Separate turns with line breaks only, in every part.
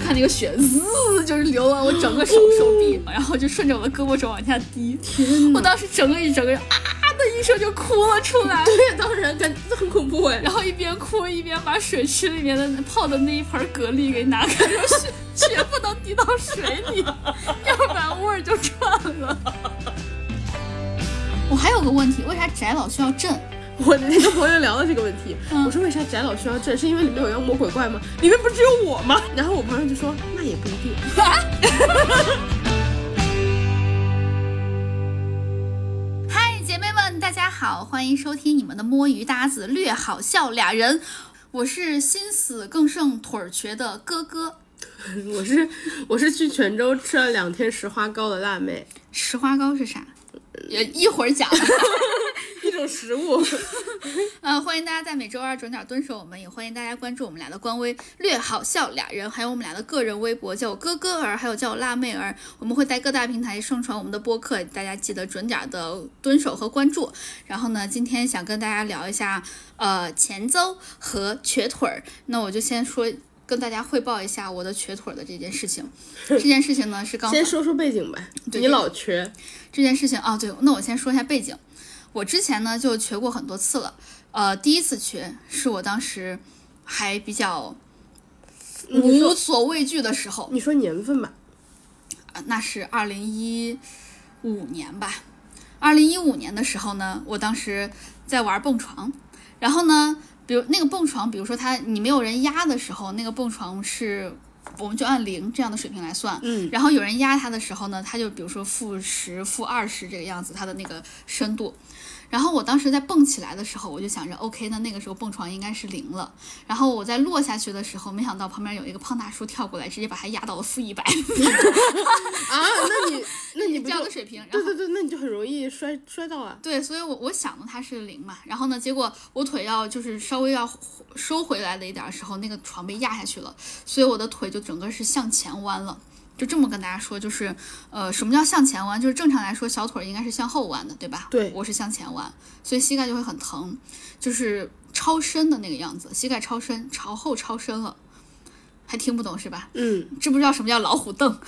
看那个血滋就是流完我整个手手臂，然后就顺着我的胳膊肘往下滴。
天
我
哪！
当时整个一整个人啊的一声就哭了出 来，
对， 当时感觉很恐怖哎。
然后一边哭一边把水池里面的泡的那一盆蛤蜊给拿开，说血血不能滴到水 里，要不然味儿就串了。我还有个问题，为啥翟老需要震？
我那天跟朋友聊到这个问题，
嗯
我说为啥翟老需要震？是因为里面有妖魔鬼怪吗？里面不是只有我吗？ 然后我朋友就说那也不一定。
嗨，姐妹们，大家好，欢迎收听你们的摸鱼搭子略好笑俩人，我是心死更胜腿儿瘸的哥哥。
我是我是去泉州吃了两天石花糕的辣妹，
石花膏是啥？也呃一会儿讲。
一种食物。
呃，欢迎大家在每周二准点蹲守我们，也欢迎大家关注我们俩的官微“略好笑俩人”，还有我们俩的个人微博，叫我哥哥儿，还有叫我辣妹儿。我们会在各大平台上传我们的播客，大家记得准点的蹲守和关注。然后呢，今天想跟大家聊一下呃前奏和瘸腿儿，那我就先说。跟大家汇报一下我的瘸腿儿的这件事情，这件事情呢是刚
先
发
说说背景吧，
对
你老瘸，
这件事情啊，对，那我先说一下背景。我之前呢就瘸过很多次了，呃，第一次瘸是我当时还比较
你说
无所畏惧的时候，
你说年份吧，
啊，那是二零一五年吧。二零一五年的时候呢，我当时在玩蹦床，然后呢，比如那个蹦床，比如说它你没有人压的时候，那个蹦床是我们就按零这样的水平来算，
嗯，
然后有人压它的时候呢，它就比如说负十、负二十这个样子，它的那个深度。然后我当时在蹦起来的时候，我就想着，OK，那那个时候蹦床应该是零了。然后我在落下去的时候，没想到旁边有一个胖大叔跳过来，直接把它压到了负一百
啊，那你 那你不
这
就
样的水平。然
对
后
对对，那你就很容易摔摔到 啊。
对，所以我我想的它是零嘛，然后呢，结果我腿要就是稍微要收回来了一点儿时候，那个床被压下去了，所以我的腿就整个是向前弯了。就这么跟大家说，就是，呃，什么叫向前弯？就是正常来说，小腿儿应该是向后弯的，对吧？
对
我是向前弯，所以膝盖就会很疼，就是超伸的那个样子，膝盖超伸，朝后超伸了，还听不懂是吧？
嗯，
知不知道什么叫老虎凳？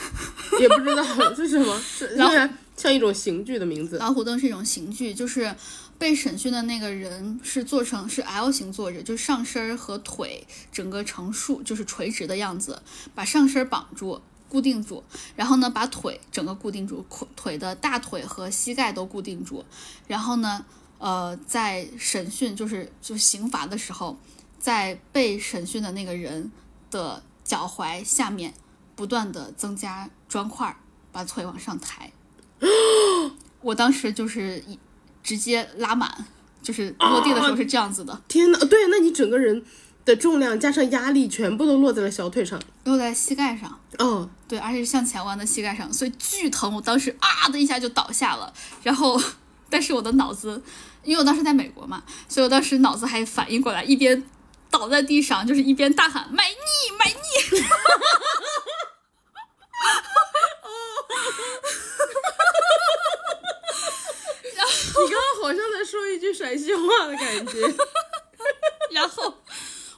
也不知道 是什么，是
然后
虽然像一种刑具的名字，
老虎凳是一种刑具，就是被审讯的那个人是做成是 L 型坐着，就是上身儿和腿整个呈竖，就是垂直的样子，把上身儿绑住。固定住，然后呢，把腿整个固定住，腿腿的大腿和膝盖都固定住，然后呢，呃，在审讯就是就刑罚的时候，在被审讯的那个人的脚踝下面不断的增加砖块儿，把腿往上抬，我当时就是一直接拉满，就是落地的时候是这样子的，
天呐，哦对，那你整个人的重量加上压力全部都落在了小腿上。
落在膝盖上，
哦，
对，而且是向前弯的膝盖上，所以巨疼。我当时啊的一下就倒下了，然后。但是我的脑子，因为我当时在美国嘛，所以我当时脑子还反应过来，一边倒在地上，就是一边大喊“买你买你
你刚刚好像在说一句陕西话的感觉。”。
然后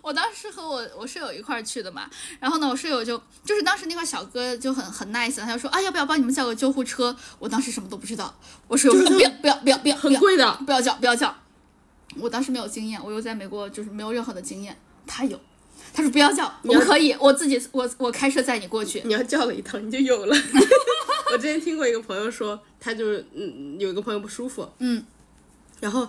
我当时和我我舍友一块儿去的嘛，然后呢，我舍友就就是当时那块小哥就很很 nice，他就说啊，要不要帮你们叫个救护车？我当时什么都不知道，我舍友说不要不要不要不要不
很
要
贵的，
不要叫，不要叫。我当时没有经验，我又在美国就是没有任何的经验。他有，他说不要叫，我
要
们可以，我自己我我开车载你过去。
你要叫了一趟你就有了。 我之前听过一个朋友说，他就是嗯有一个朋友不舒服，
嗯，
然后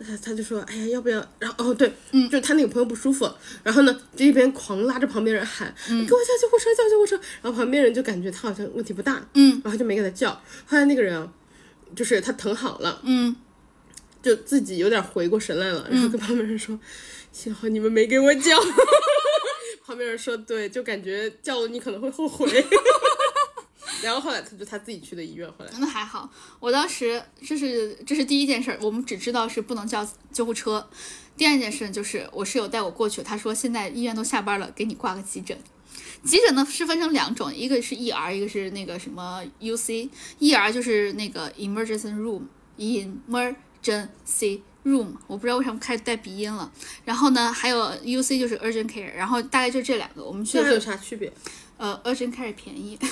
他他就说，哎呀，要不要？然后哦对，嗯，就是他那个朋友不舒服，然后呢就一边狂拉着旁边人喊，嗯、给我叫救护车，叫救护车。然后旁边人就感觉他好像问题不大，
嗯，
然后就没给他叫。后来那个人啊，就是他疼好了，
嗯，
就自己有点回过神来了，然后跟旁边人说：“幸好你们没给我叫。” 旁边人说：“对，就感觉叫了你可能会后悔。” 然后后来他就他自己去的医院，后来
那还好，我当时这是这是第一件事儿，我们只知道是不能叫救护车。第二件事就是我室友带我过去，他说现在医院都下班了，给你挂个急诊。急诊呢是分成两种，一个是 ER，一个是那个什么 E UC。ER 就是那个 emergency room，emergency room，我不知道为什么开始带鼻音了。然后呢，还有 UC 就是 urgent care，然后大概就这两个。我们去
这
的
是有
是
啥区别？
呃 urgent care 便宜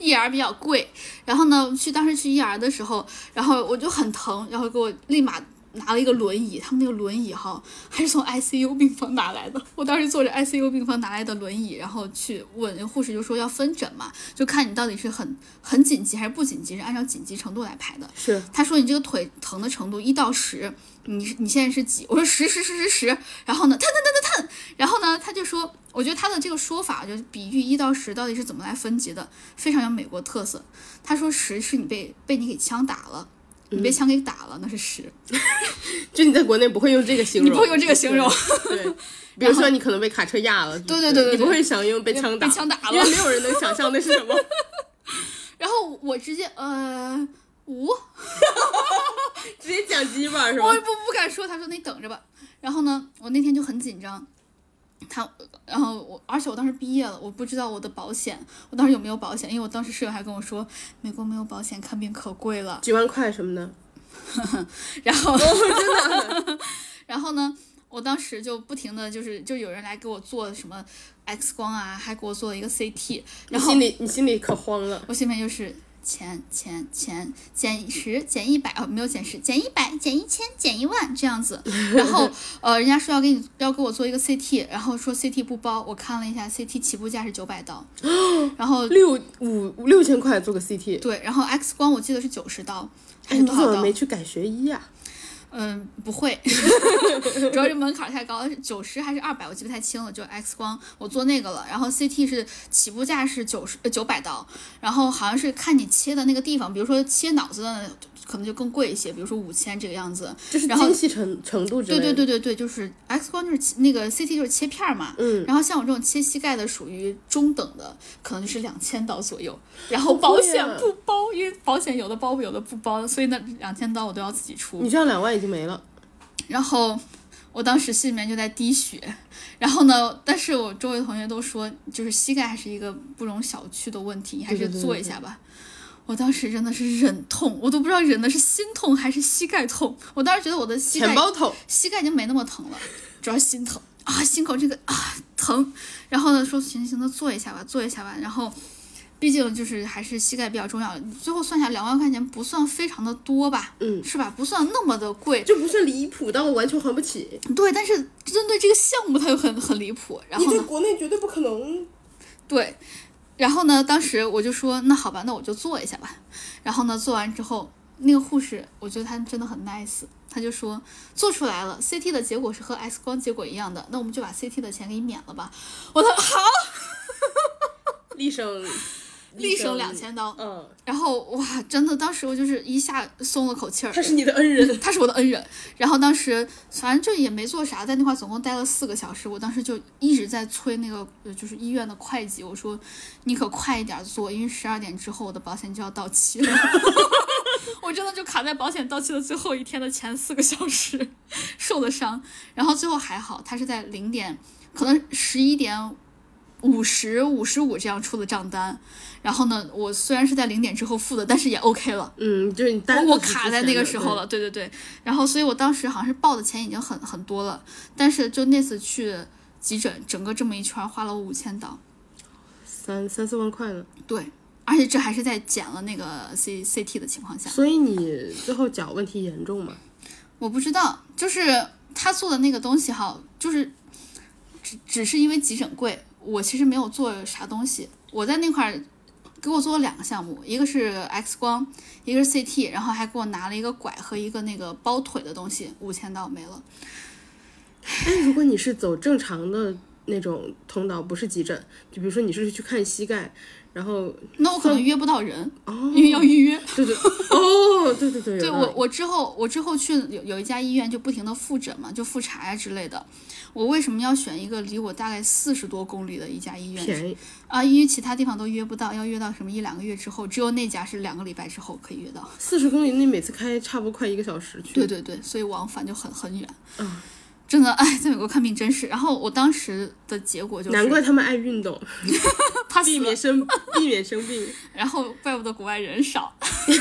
，ER 比较贵。然后呢，去当时去 ER 的时候，然后我就很疼，然后给我立马。拿了一个轮椅，他们那个轮椅哈，还是从 ICU 病房拿来的。我当时坐着 ICU 病房拿来的轮椅，然后去问护士，就说要分诊嘛，就看你到底是很很紧急还是不紧急，是按照紧急程度来排的。
是
他说你这个腿疼的程度一到十，你你现在是几？我说十十十十十，然后呢，疼疼疼疼疼，然后呢，他就说，我觉得他的这个说法就是比喻一到十到底是怎么来分级的，非常有美国特色。他说十是你被被你给枪打了。你被枪给打了，那是十，
就你在国内不会用这个形容，
你不会用这个形容，
对。对，比如说你可能被卡车压了，对
对对对
你不
对
会想用被枪打，
被枪打了
因为没有人能想象那是 什么。
然后我直接呃五，
直接讲鸡巴是吧
我？不不敢说，他说那你等着吧。然后呢，我那天就很紧张，他，然后我，而且我当时毕业了，我不知道我的保险，我当时有没有保险，因为我当时室友还跟我说，美国没有保险，看病可贵了。
几万块什么的，
然后，
哦真的，啊
然后呢，我当时就不停的就是，就有人来给我做什么 X 光啊，还给我做了一个 CT，
你
然后
心里你心里可慌了。
我心里面就是钱钱钱减十减一百哦，没有减十，减一百减一千减一万这样 子。然后呃，人家说要给你要给我做一个 CT，然后说 CT 不包，我看了一下 CT 起步价是九百 刀，然后
六五六千块做个 CT，
对，然后 X 光我记得是九十刀还
哎，
是
你
多
怎
少
么
刀？
没去改学医啊？
嗯，不会， 主要是门槛儿太高，九十还是二百，我记不太清了。就 X 光，我做那个了，然后 CT 是起步价是九十呃九百刀，然后好像是看你切的那个地方，比如说切脑子的可能就更贵一些，比如说五千这个样子。
就是
然后
精细程程度之类
对
的。
对对对对，就是 X 光就是切那个 CT 就是切片儿嘛，
嗯，
然后像我这种切膝盖的属于中等的，可能就是两千刀左 右，然后保
贵
险
啊
不包，因为保险有的包有的不包，所以那两千刀我都要自己出。
你这样两万已经没了，
然后我当时心里面就在滴血，然后呢，但是我周围同学都说，就是膝盖还是一个不容小觑的问题，你还
对
是
对对
做
对
一下吧。我当时真的是忍痛，我都不知道忍的是心痛还是膝盖痛。我当时觉得我的膝
钱
盖
包头。
膝盖已经没那么疼了，主要是心疼啊，心口这个啊疼。然后呢，说行行，那做一下吧，做一下吧。然后，毕竟就是还是膝盖比较重要。最后算下两万块钱不算非常的多吧，
嗯
是吧？不算那么的贵，
就不算离谱，但我完全还不起。
对，但是针对这个项目，它又很很离谱。然后呢，
国内绝对不可能。
对，然后呢，当时我就说，那好吧，那我就做一下吧。然后呢，做完之后，那个护士，我觉得她真的很 nice，她就说做出来了，CT 的结果是和 X 光结果一样的，那我们就把 CT 的钱给你免了吧。我的好，
立省，
立省两。千刀。
嗯，
然后哇，真的，当时我就是一下松了口气儿。
他是你的恩人。
他是我的恩人。然后当时反正就也没做啥，在那块儿总共待了四个小时。我当时就一直在催那个呃就是医院的会计，我说你可快一点做，因为十二点之后我的保险就要到期了。 我真的就卡在保险到期的最后一天的前四个小时，受的伤。然后最后还好，他是在零点，可能十一点。五十五十五这样出的账单，然后呢，我虽然是在零点之后付的，但是也 OK 了。
嗯，就是你单
我我
独
卡
之
在
前
那个
的
时候了，。对对对。然后，所以我当时好像是报的钱已经很很多了，但是就那次去急诊，整个这么一圈儿花了我五千刀，
对三三四万块呢。
对，而且这还是在减了那个 C C T 的情况下，
所以你最后脚问题严重吗？
我不知道，就是他做的那个东西哈，就是只只是因为急诊贵，我其实没有做啥东西，我在那块儿。给我做了两个项目，一个是 X 光，一个是 CT，然后还给我拿了一个拐和一个那个包腿的东西，五千刀没了。
哎，如果你是走正常的那种通道，不是急诊，就比如说你是去看膝盖，然后哦
那我可能约不到人，因为要
嗯
预约。
对对哦，对对对，有
对
道
我，
理
我之后我之后去有有一家医院就不停的复诊嘛，就复查呀、之类的。我为什么要选一个离我大概四十多公里的一家医院
便宜，
啊？因为其他地方都约不到，要约到什么一两个月之后，只有那家是两个礼拜之后可以约到。
四十公里内每次开差不多快一个小时去。
对对对，所以往返就很很远。
嗯，
真的，哎，在美国看病真是。然后我当时的结果就是，
难怪他们爱 运动，
怕死
避免
了，
生避免生病。
然后怪不得国外人少。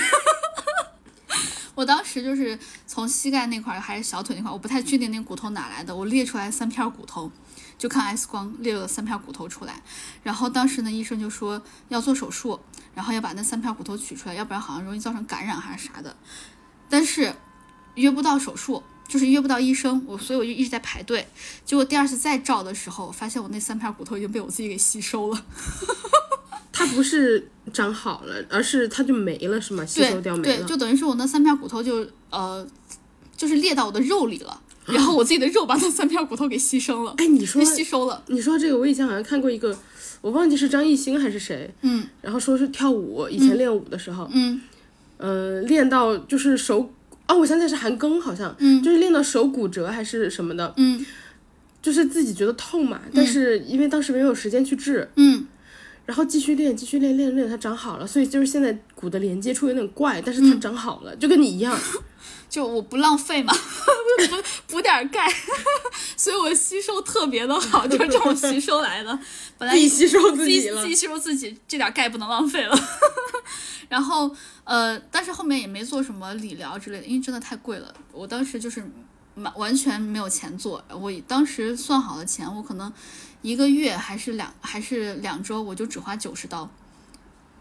我当时就是从膝盖那块儿还是小腿那块儿，我不太确定那骨头哪来的，我裂出来三片骨头，就看 X 光裂了三片骨头出来。然后当时呢，医生就说要做手术，然后要把那三片骨头取出来，要不然好像容易造成感染还是啥的。但是约不到手术，就是约不到医生，我所以我就一直在排队。结果第二次再照的时候，发现我那三片骨头已经被我自己给吸收了。
它不是长好了，而是它就没了，是吗？吸收掉没
对对，
了。
就等于是我那三片骨头就呃，就是裂到我的肉里 了，然后我自己的肉把那三片骨头给吸收了，
哎，你说
就吸收了。
你说这个，我以前好像看过一个，我忘记是张艺兴还是谁，
嗯
然后说是跳舞，以前练舞的时候，
嗯
嗯、练到就是手，哦，我想起来是韩庚，好像，
嗯
就是练到手骨折还是什么的，
嗯
就是自己觉得痛嘛，但是因为当时没有时间去治，
嗯
然后继续练，继续练，练练它长好了，所以就是现在骨的连接处有点怪，但是
嗯
它长好了，就跟你一样，
就我不浪费嘛， 补补点儿钙， 所以我吸收特别的 好，就是这么吸收来的。本来
自己吸收自
自
己
己
了
自。己吸收自己，这点钙不能浪费了。 然后呃，但是后面也没做什么理疗之类的，因为真的太贵了。我当时就是完完全没有钱做，我当时算好了钱，我可能一个月还是两还是两周，我就只花九十刀。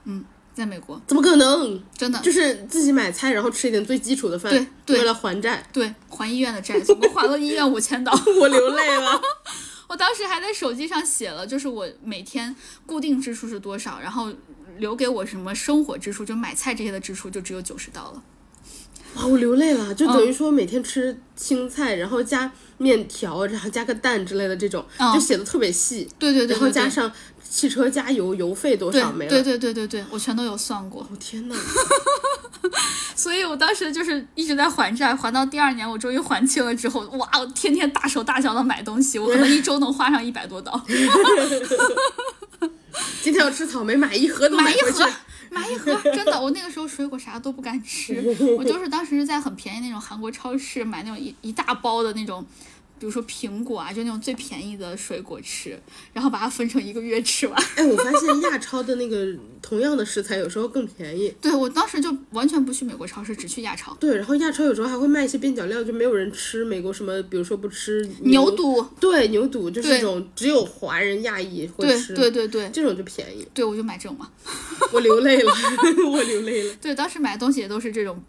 嗯，在美国
怎么可能？
真的
就是自己买菜，然后吃一点最基础的饭，
嗯对对
为了还债，
对还医院的债，总共还了医院五千刀。
我流泪了。
我当时还在手机上写了，就是我每天固定支出是多少，然后留给我什么生活支出，就买菜这些的支出就只有九十刀了。哦
哇，我流泪了，就等
嗯
于说每天吃青菜，然后加面条，然后加个蛋之类的这种，
嗯
就写的特别细，
对对对对对，
然后加上汽车加油油费多少没
对
了。
对对对对对，我全都有算过，
我天哪！
所以我当时就是一直在还债，还到第二年我终于还清了之后，哇，我天天大手大脚的买东西，我可 能一周能花上一百多刀，
今天要吃草莓，买一盒 都
买一
回去
盒。，买一盒，真的，我那个时候水果啥都不敢吃，我就是当时是在很便宜那种韩国超市买那种一一大包的那种。比如说苹果啊，就那种最便宜的水果吃，然后把它分成一个月吃完。
哎，我发现亚超的那个同样的食材有时候更便宜。
对我当时就完全不去美国超市，只去亚超。
对，然后亚超有时候还会卖一些边角料，就没有人吃。美国什么，比如说不吃
牛，肚，
对牛肚就是
对
这种只有华人亚裔会
对
吃，
对对对
这种就便宜。
对，我就买这种嘛。
我流泪了， 我流泪了。
对，当时买东西也都是这种，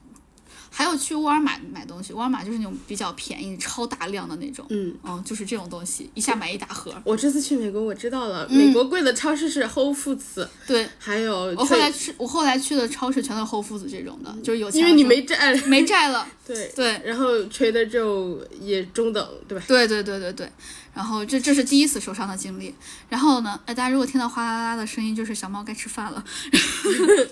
还有去沃尔玛买东西，沃尔玛就是那种比较便宜、超大量的那种，
嗯，
嗯，就是这种东西，一下买一大盒。
我这次去美国，我知道
嗯
了，美国贵的超市是 Whole Foods，
对
还有
我后来
Trade-
去，我后来去的超市全都是 Whole Foods 这种的，就是有钱
因
人
为你
就
没占，
没债了。
对，
对
然后 Trader Joe 也中等，对吧？
对对对对对，然后这这是第一次受伤的经历。然后呢，哎，大家如果听到哗啦啦的声音，就是小猫该吃饭了，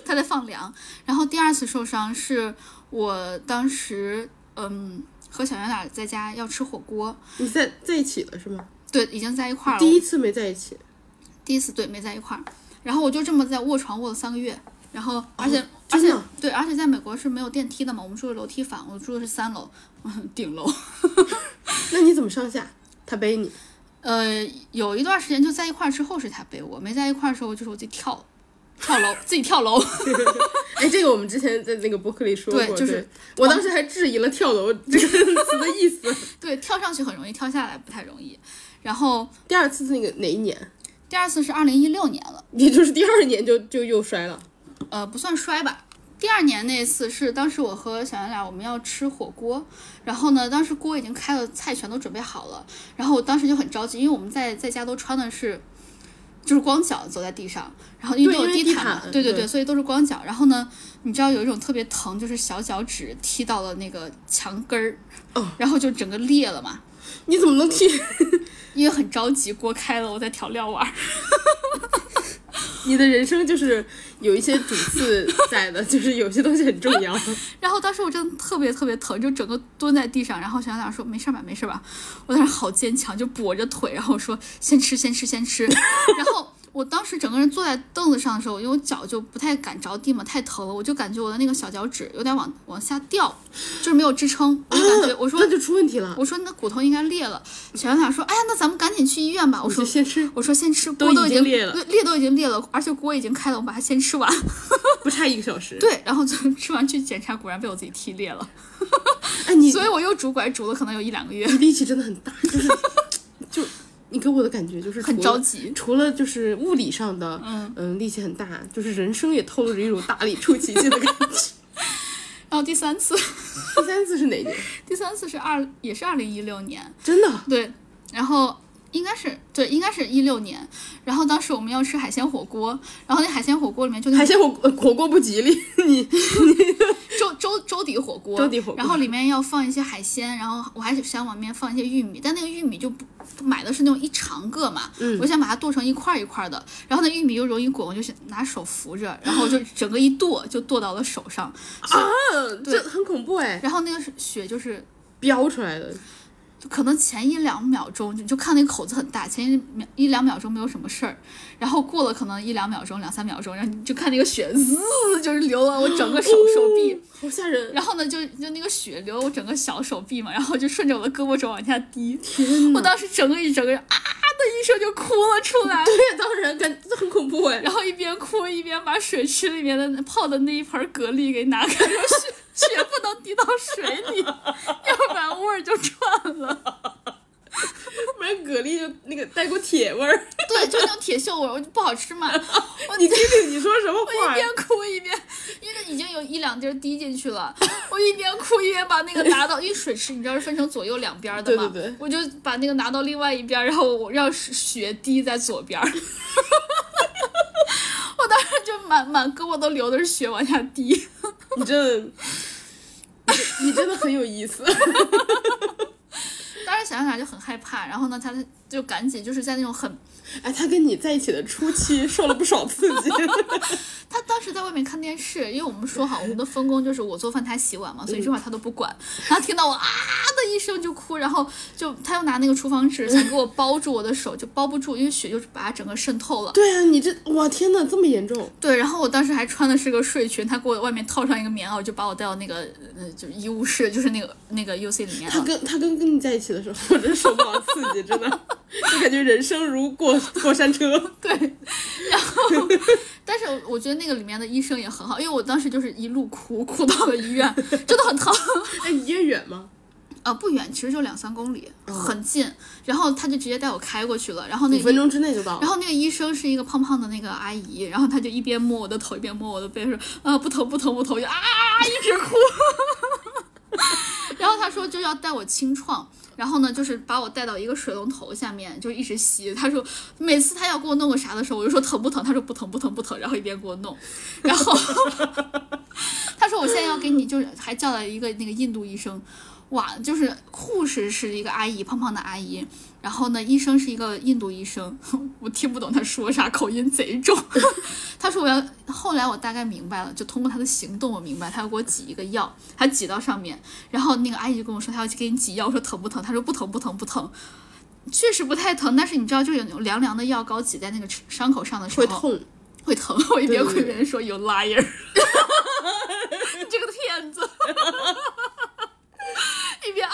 它在放粮。然后第二次受伤是我当时嗯和小圆脸在家要吃火锅，
你在在一起了是吗？
对，已经在一块儿了。
第一次没在一起，
第一次对没在一块儿，然后我就这么在卧床卧了三个月，然后而且、而
哦真的
且对，而且在美国是没有电梯的嘛，我们住的楼梯房，我住的是三楼，嗯顶楼。
那你怎么上下？他背你，
呃，有一段时间就在一块儿之后是他背我，没在一块儿的时候就是我自己跳，跳楼，自己跳楼。
哎，这个我们之前在那个博客里说过，
对
对
就是
我当时还质疑了“跳楼”这个 词的意思。
对，跳上去很容易，跳下来不太容易。然后
第二次是那个哪一年？
第二次是二零一六年了，
也就是第二年就就又摔了。
呃，不算摔吧。第二年那次是当时我和小圆脸我们要吃火锅，然后呢，当时锅已经开了，菜全都准备好了，然后我当时就很着急，因为我们在在家都穿的是。就是光脚走在地上，然后因为
对
都有
因为地
毯嘛
毯
对对
对
对，所以都是光脚。然后呢，你知道有一种特别疼，就是小脚趾踢到了那个墙根儿，
哦
然后就整个裂了嘛。
你怎么能去？
因为很着急，锅开了，我在调料碗儿。
你的人生就是有一些主次在的，就是有些东西很重 要。
然后当时我真的特别特别疼，就整个蹲在地上，然后小冉说没事儿吧，没事儿吧，我在那儿好坚强，就跛着腿，然后我说先吃先吃先吃，然后我当时整个人坐在凳子上的时候，因为我脚就不太敢着地嘛，太疼了，我就感觉我的那个小脚趾有点往往下掉，就是没有支撑，我就感觉我说
那就出问题了。
我说你的骨头应该裂了，小冉说哎呀那咱们赶紧去医院吧，我
我就
说
先吃。
我说先吃，
都
锅都
已
已经
经裂了
对裂都已经裂了，而且锅已经开了，我们把它先吃完。
不差一个小时。
对，然后就吃完去检查，果然被我自己踢裂了，
哎，你
所以我又拄拐拄了可能有一两个月，
你力气真的很大，就是 就你给我的感觉就是
很
除
着
了
急。
除了就是物理上的，嗯力气很大，就是人生也透露着一种大力出奇迹的感 觉。
然后第三次，
第三次是哪一年？
第三次是二，也是二零一六年，
真的，
对，然后应该是对，应该是一六年。然后当时我们要吃海鲜火锅，然后那海鲜火锅里面就
海
是
鲜火锅呃火锅不吉利，你
粥粥粥底火锅，
粥底火锅
然后里面要放一些海鲜，然后我还想往里面放一些玉米，但那个玉米就不买的是那种一长个嘛，
嗯
我想把它剁成一块儿一块儿的，然后那玉米又容易滚，我就想拿手扶着，然后我就整个一剁就剁到了手上，
嗯，这很恐怖哎，
然后那个血就是
飙出来的。
就可能前一两秒钟你就看那个口子很大，前一秒一两秒钟没有什么事儿，然后过了可能一两秒钟、两三秒钟，然后你就看那个血滋就是流了我整个手手臂，
好吓人！
然后呢就就那个血流我整个小手臂嘛，然后就顺着我的胳膊肘往下滴，
天
我
哪！
当时整个一整个人啊的一声就哭了出来，
对，当然感这很恐怖哎。
然后一边哭一边把水池里面的泡的那一盆蛤蜊给拿开，然后血血不能滴到水里，要不然味儿就串了。
不然蛤蜊就那个带股铁味儿。
对，就那种铁锈味儿，我就不好吃嘛。我
你听听你说什么
一
话
边哭一边，因为已经有一两滴儿滴进去了， 我一边哭一边把那个拿到，因为水池你知道是分成左右两边儿的嘛，
对对对
我就把那个拿到另外一边儿，然后我让血滴在左边儿。 我当时就满满胳膊都流的是血往下滴，
你真的，你你真的很有意思。
当时想想就很害怕，然后呢，他就赶紧就是在那种很，
哎，他跟你在一起的初期受了不少刺 激。
他当时在外面看电视，因为我们说好我们的分工就是我做饭他洗碗嘛，所以这块他都不管，然后听到我啊的一声就哭，然后就他又拿那个厨房纸想给我包住我的手，就包不住，因为血就是把它整个渗透了。
对啊，你这哇天哪，这么严重！
对，然后我当时还穿的是个睡裙，他给我外面套上一个棉袄，就把我带到那个呃就医务室，就是那个那个 UC 里面
他
了。
跟他跟跟你在一起的时候，我真受不了刺激，真的， 就感觉人生如过过山车。
对，然后但是我觉得那个里面的医生也很好，因为我当时就是一路哭哭到了医院， 真的很疼。
哎，你家远吗？
啊，不远，其实就两三公里，嗯很近。然后他就直接带我开过去了。然后那
五
个
分
医，
钟之内就到
然
了。
后那个医生是一个胖胖的那个阿姨，然后她就一边摸我的头，一边摸我的背，说啊不疼不疼不疼，我就啊一直哭。 然后她说就要带我清创。然后呢，就是把我带到一个水龙头下面，就一直吸。她说每次她要给我弄个啥的时候，我就说疼不疼？她说不疼不疼不疼，然后一边给我弄。然后 她说我现在要给你，就是还叫了一个那个印度医生，哇，就是护士是一个阿姨，胖胖的阿姨，然后呢，医生是一个印度医生， 我听不懂他说啥，口音贼重。 他说我要，后来我大概明白了，就通过他的行动我明白，他要给我挤一个药，他挤到上面，然后那个阿姨就跟我说他要去给你挤药，我说疼不疼？他说不疼不疼不疼，确实不太疼，但是你知道就有那种凉凉的药膏挤在那个伤口上的时候
会痛，
会疼， 我一边
对
会
对
别人说 “you liar”，你这个骗子，一边啊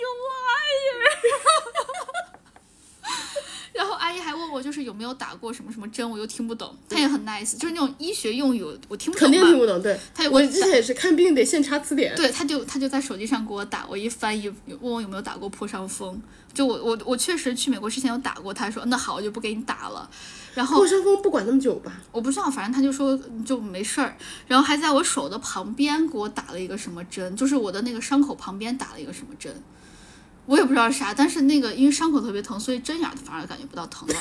“you liar”，然后阿姨还问我就是有没有打过什么什么针，我又听不懂，她也很 nice，就是那种医学用语我听不
肯
懂
定听
嘛，
不懂。对，
她有
哎我之前也是看病得现查词典。
对，她就她就在手机上给我打，我一翻译问我有没有打过破伤风，就我我我确实去美国之前有打过，她说那好我就不给你打了，然后
过山峰不管那么久吧？
我不知道，反正他就说嗯就没事儿，然后还在我手的旁边给我打了一个什么针，就是我的那个伤口旁边打了一个什么针，我也不知道啥，但是那个因为伤口特别疼，所以针眼儿反而感觉不到疼了。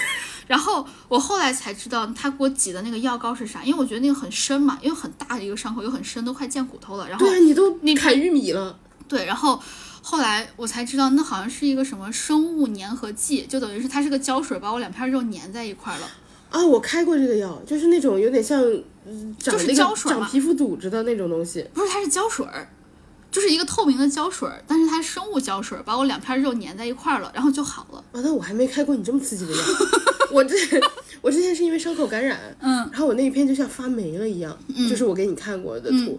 然后我后来才知道他给我挤的那个药膏是啥，因为我觉得那个很深嘛，因为很大的一个伤口又很深，都快见骨头了。然后
对啊，你都砍玉米了。
对，然后后来我才知道那好像是一个什么生物粘合剂，就等于是它是个胶水把我两片肉粘在一块儿了。
啊，我开过这个药，就是那种有点像嗯长
就是
那
胶
个
水嘛
长皮肤组织的那种东西。
不是，它是胶水儿，就是一个透明的胶水儿，但是它是生物胶水儿，把我两片肉粘在一块儿了，然后就好了。
啊，那我还没开过你这么刺激 的药。我之前我之前是因为伤口感染，
嗯，嗯
然后我那一片就像发霉了一样，就是我给你看过的图。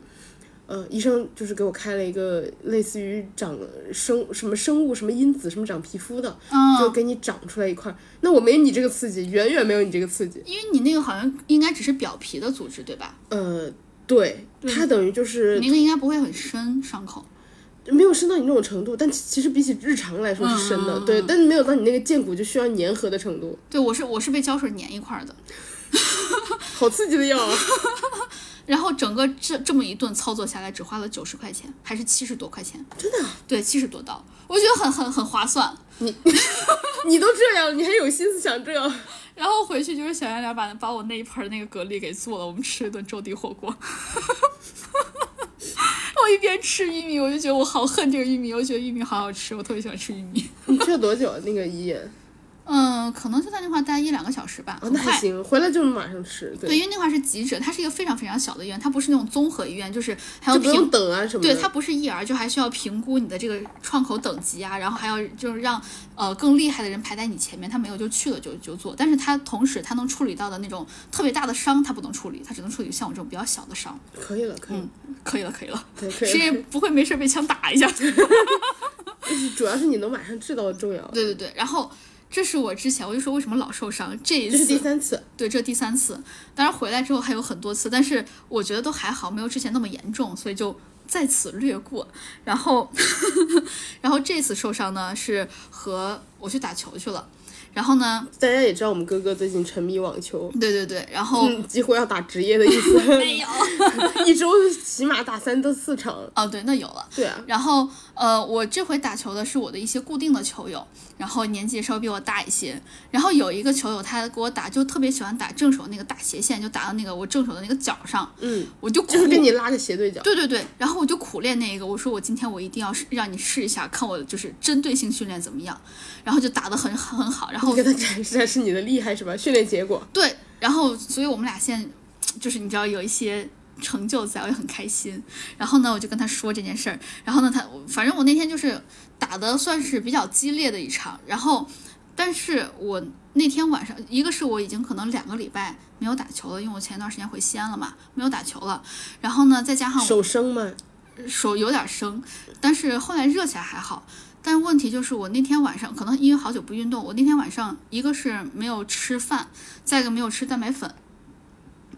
呃，医生就是给我开了一个类似于长生什么生物什么因子什么长皮肤的，
嗯
就给你长出来一块儿。那我没你这个刺激，远远没有你这个刺激。
因为你那个好像应该只是表皮的组织，对吧？
呃，对，它
嗯
等于就是
你那个应该不会很深伤口。
没有深到你那种程度，但其其实比起日常来说是深的，对，但是没有到你那个见骨就需要粘合的程度，
对我是我是被胶水粘一块儿的，
好刺激的药啊！
然后整个这这么一顿操作下来，只花了九十块钱，还是七十多块钱，
真的啊，
对，七十多刀，我觉得很很很划算。
你都这样，你还有心思想这？
然后回去就是小圆脸把把我那一盆儿那个蛤蜊给做了，我们吃了一顿粥底火锅。 我一边吃玉米，我就觉得我好恨这个玉米，我觉得玉米好好吃，我特别喜欢吃玉米。
你去了多久啊？那个遗言
嗯，可能就在那块儿待一两个小时吧，
啊，
很
那还
快。
行，回来就马上吃，
哦
对，
对，因为那块儿是急诊，它是一个非常非常小的医院，它不是那种综合医院，就是还要
就不
评
用等啊什么
对，
的。
它不是 ER，就还需要评估你的这个创口等级啊，然后还要就是让呃更厉害的人排在你前面，他没有就去了就就做，但是他同时他能处理到的那种特别大的伤，他不能处理，他只能处理像我这种比较小的伤。
可以了，可以了，
可以了，可以了，
对，可以
谁
了。
也不会没事被枪打一下。
主要是你能马上治到重要，
对对对，然后。这是我之前我就说为什么老受伤，这一
这是第
次
三次，
对这第三次，当然回来之后还有很多次，但是我觉得都还好，没有之前那么严重，所以就在此略过。然后， 然后这次受伤呢是和我去打球去了，然后呢，
大家也知道我们哥哥最近沉迷网球，
对对对，然后、
嗯，几乎要打职业的意 思，
没有，
一周起码打三到四场。
哦对，那有了。
对啊，
然后，呃，我这回打球的是我的一些固定的球友，然后年纪稍微比我大一些。然后有一个球友，他给我打，就特别喜欢打正手那个大斜线，就打到那个我正手的那个角上，
嗯，
我就
就是
哭
跟你拉个斜对角，
对对对，然后我就苦练那个，我说我今天我一定要试让你试一下，看我就是针对性训练怎么样，然后就打得很很很好，然后
你给他展示展示你的厉害是吧？训练结果，
对，然后所以我们俩现在就是你知道有一些成就在，我也很开心。然后呢，我就跟他说这件事儿，然后呢，他我反正我那天就是打的算是比较激烈的一场，然后但是我那天晚上，一个是我已经可能两个礼拜没有打球了，因为我前一段时间回西安了嘛，没有打球了，然后呢，再加上我
手生嘛，
手有点生，但是后来热起来还好。但问题就是我那天晚上可能因为好久不运动，我那天晚上一个是没有吃饭，再一个没有吃蛋白粉，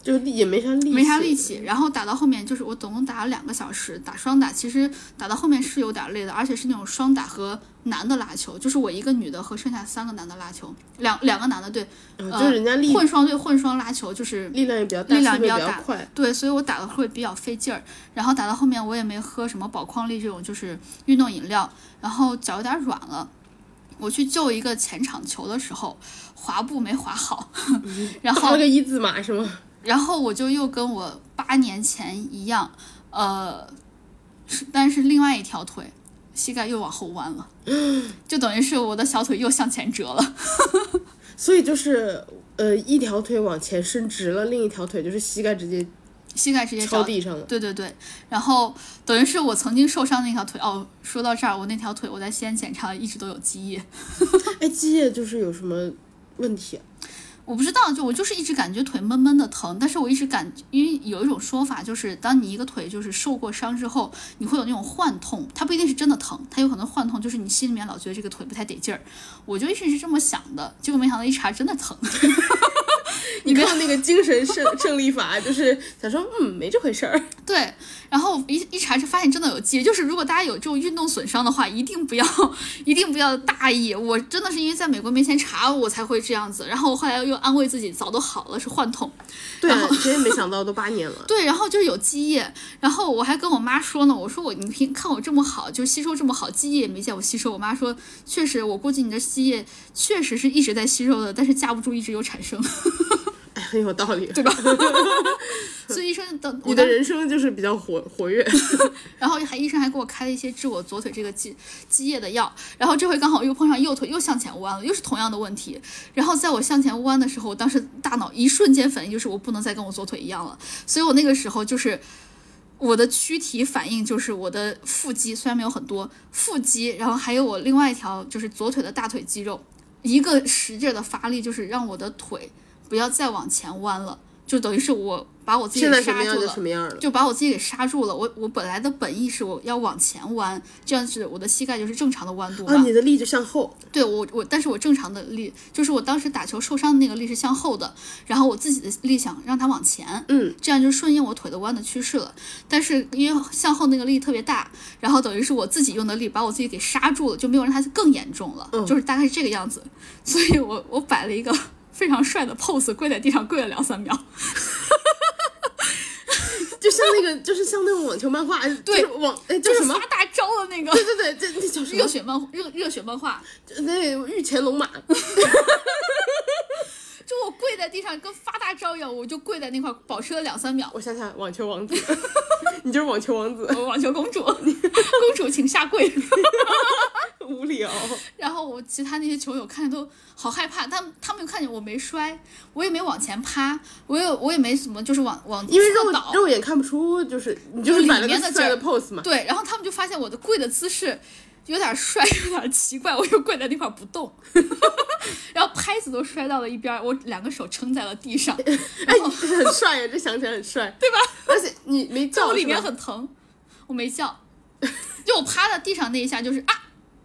就也没啥力气，
没啥力气。然后打到后面就是我总共打了两个小时，打双打，其实打到后面是有点累的，而且是那种双打和男的拉球，就是我一个女的和剩下三个男的拉球，两两个男的对，
啊，就是人家力
混双对混双拉球就是
力量也比较大，
嗯力量
速度也
比较大
较快，
哎对，所以我打的会比较费劲儿，然后打到后面我也没喝什么宝矿力这种就是运动饮料，然后脚有点软了。我去救一个前场球的时候，滑步没滑好，然
打
后
了个一字马是吗？
然后我就又跟我八年前一样，呃，是但是另外一条腿膝盖又往后弯了，就等于是我的小腿又向前折了。
所以就是呃，一条腿往前伸直了，另一条腿就是膝盖直接
膝盖直接
敲
着
地上了。
对对对，然后等于是我曾经受伤那条腿哦。说到这儿，我那条腿我在西安检查一直都有积液，
哎，积液就是有什么问 题啊？
我不知道，就我就是一直感觉腿闷闷的疼，但是我一直感，因为有一种说法就是，当你一个腿就是受过伤之后，你会有那种幻痛，它不一定是真的疼，它有可能幻痛，就是你心里面老觉得这个腿不太得劲儿。我就一直是这么想的，结果没想到一查真的疼。
你看那个精神胜 胜利法，就是想说，嗯，没这回 事儿。
对，然后一一查就发现真的有积，就是如果大家有这种运动损伤的话，一定不要， 一定不要大意。我真的是因为在美国没钱查，我才会这样子。然后我后来又安慰自己，早都好了，是幻痛。
对啊，谁也没想到都八年了。
对，然后就是有积液，然后我还跟我妈说呢，我说我你平看我这么好，就吸收这么好，积液也没见我吸收。我妈说，确实，我估计你的积液确实是一直在吸收的，但是架不住一直有产生，
哎，很有道理，对吧？
所以医生等我
你的
当时
人生就是比较活 活跃，
然后还医生还给我开了一些治我左腿这个积积液的药，然后这回刚好又碰上右腿又向前弯了，又是同样的问题。然后在我向前弯的时候，我当时大脑一瞬间反应就是我不能再跟我左腿一样了，所以我那个时候就是。我的躯体反应就是我的腹肌虽然没有很多，腹肌，然后还有我另外一条就是左腿的大腿肌肉，一个使劲儿的发力，就是让我的腿不要再往前弯了，就等于是我把我自己
现在
给
什么
刹
样
住
就
了
什，么样了。
就把我自己给刹住了。我我本来的本意是我要往前弯，这样子我的膝盖就是正常的弯度嘛。
啊，你的力就向后，
对我我，但是我正常的力就是我当时打球受伤的那个力是向后的，然后我自己的力想让它往前，
嗯，
这样就顺应我腿的弯的趋势了。但是因为向后那个力特别大，然后等于是我自己用的力把我自己给刹住了，就没有让它更严重了，
嗯
就是大概是这个样子。所以我我摆了一个 非常帅的 pose，跪在地上跪了两三秒。
就像那个，就是像那种网球漫 画，
对
就是网哎叫
就是
什么
发？大招的那个
对对对，这这叫什
热
么？
血漫热热血漫画，
那个御前龙马，
就我跪在地上跟发大招一样，我就跪在那块儿保持了两三秒。
我想想，网球王子， 你就是网球 王子，
我网球公主，公主请下跪。
无聊。
然后我其他那些球友看着都好害怕，但他们又看见我没摔，我也没往前趴，我也我也没什么，就是往往
因为肉
侧倒。
肉眼看不出，就是你就
就是是
摆
里
了个
面的
帅的
劲
pose 嘛。
对，然后他们就发现我的跪的姿势有点摔，有点奇怪，我就跪在那块儿不动， 然后拍子都摔到了一边儿，我两个手撑在了地上，
哎，很帅呀，这 想起来很帅，对吧？而且你没
但
叫
我里
是
面
吧
很疼，我没叫，就我趴在地上那一下就是啊，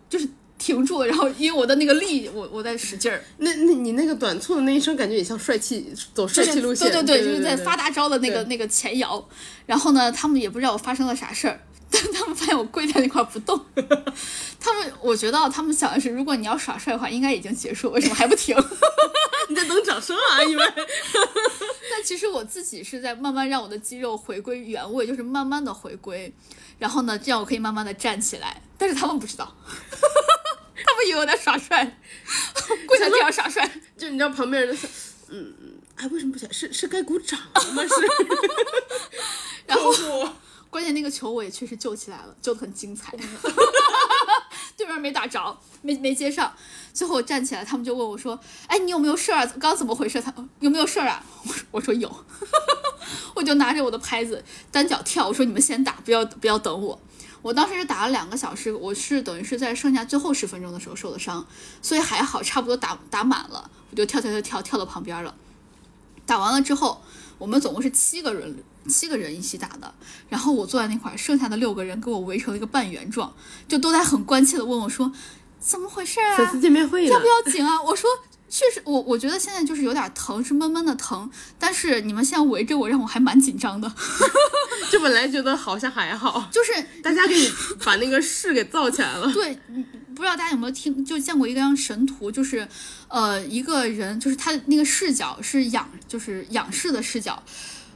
就是停住了，然后因为我的那个力，我我在使劲儿。
那那你那个短促的那一声，感觉也像帅气，走帅气路线。
对
对
对，就是在发
对
大招的那个
对
那个前摇。然后呢，他们也不知道我发生了啥事儿，但他们发现我跪在那块儿不动。 他们，我觉得他们想的是，如果你要耍帅的话，应该已经结束，为什么还不停？
你在等掌声啊，因为
但其实我自己是在慢慢让我的肌肉回归原位，就是慢慢的回归。然后呢，这样我可以慢慢的站起来。但是他们不知道， 他们以为我在耍帅，跪在地上耍帅。
就你知道旁边人都说，嗯，哎，为什么不响？是是该鼓掌了吗？是。
然后
后
关键那个球我也确实救起来了，救得很精彩， 对面没打着，没没接上。最后我站起来，他们就问我说：“哎，你有没有事儿啊？刚怎么回事？他有没有事儿啊？” 我说：“我说有。”我就拿着我的拍子单脚跳，我说：“你们先打，不要不要等我。”我当时是打了两个小时，我是等于是在剩下最后十分钟的时候受的伤，所以还好，差不多打打满了，我就跳跳跳跳跳到旁边了。打完了之后，我们总共是七个人，七个人一起打的。然后我坐在那块儿，剩下的六个人给我围成了一个半圆状，就都在很关切的问我说：“怎么回事啊？
粉丝见面会呢
要不？要紧啊？”我说。确实，我我觉得现在就是有点疼，是闷闷的疼。但是你们现在围着我，让我还蛮紧张的。
就本来觉得好像还好，
就是
大家给你把那个势给造起来了。
对，嗯不知道大家有没有听，就见过一张神图，就是，呃，一个人就是他的那个视角是仰，就是仰视的视角，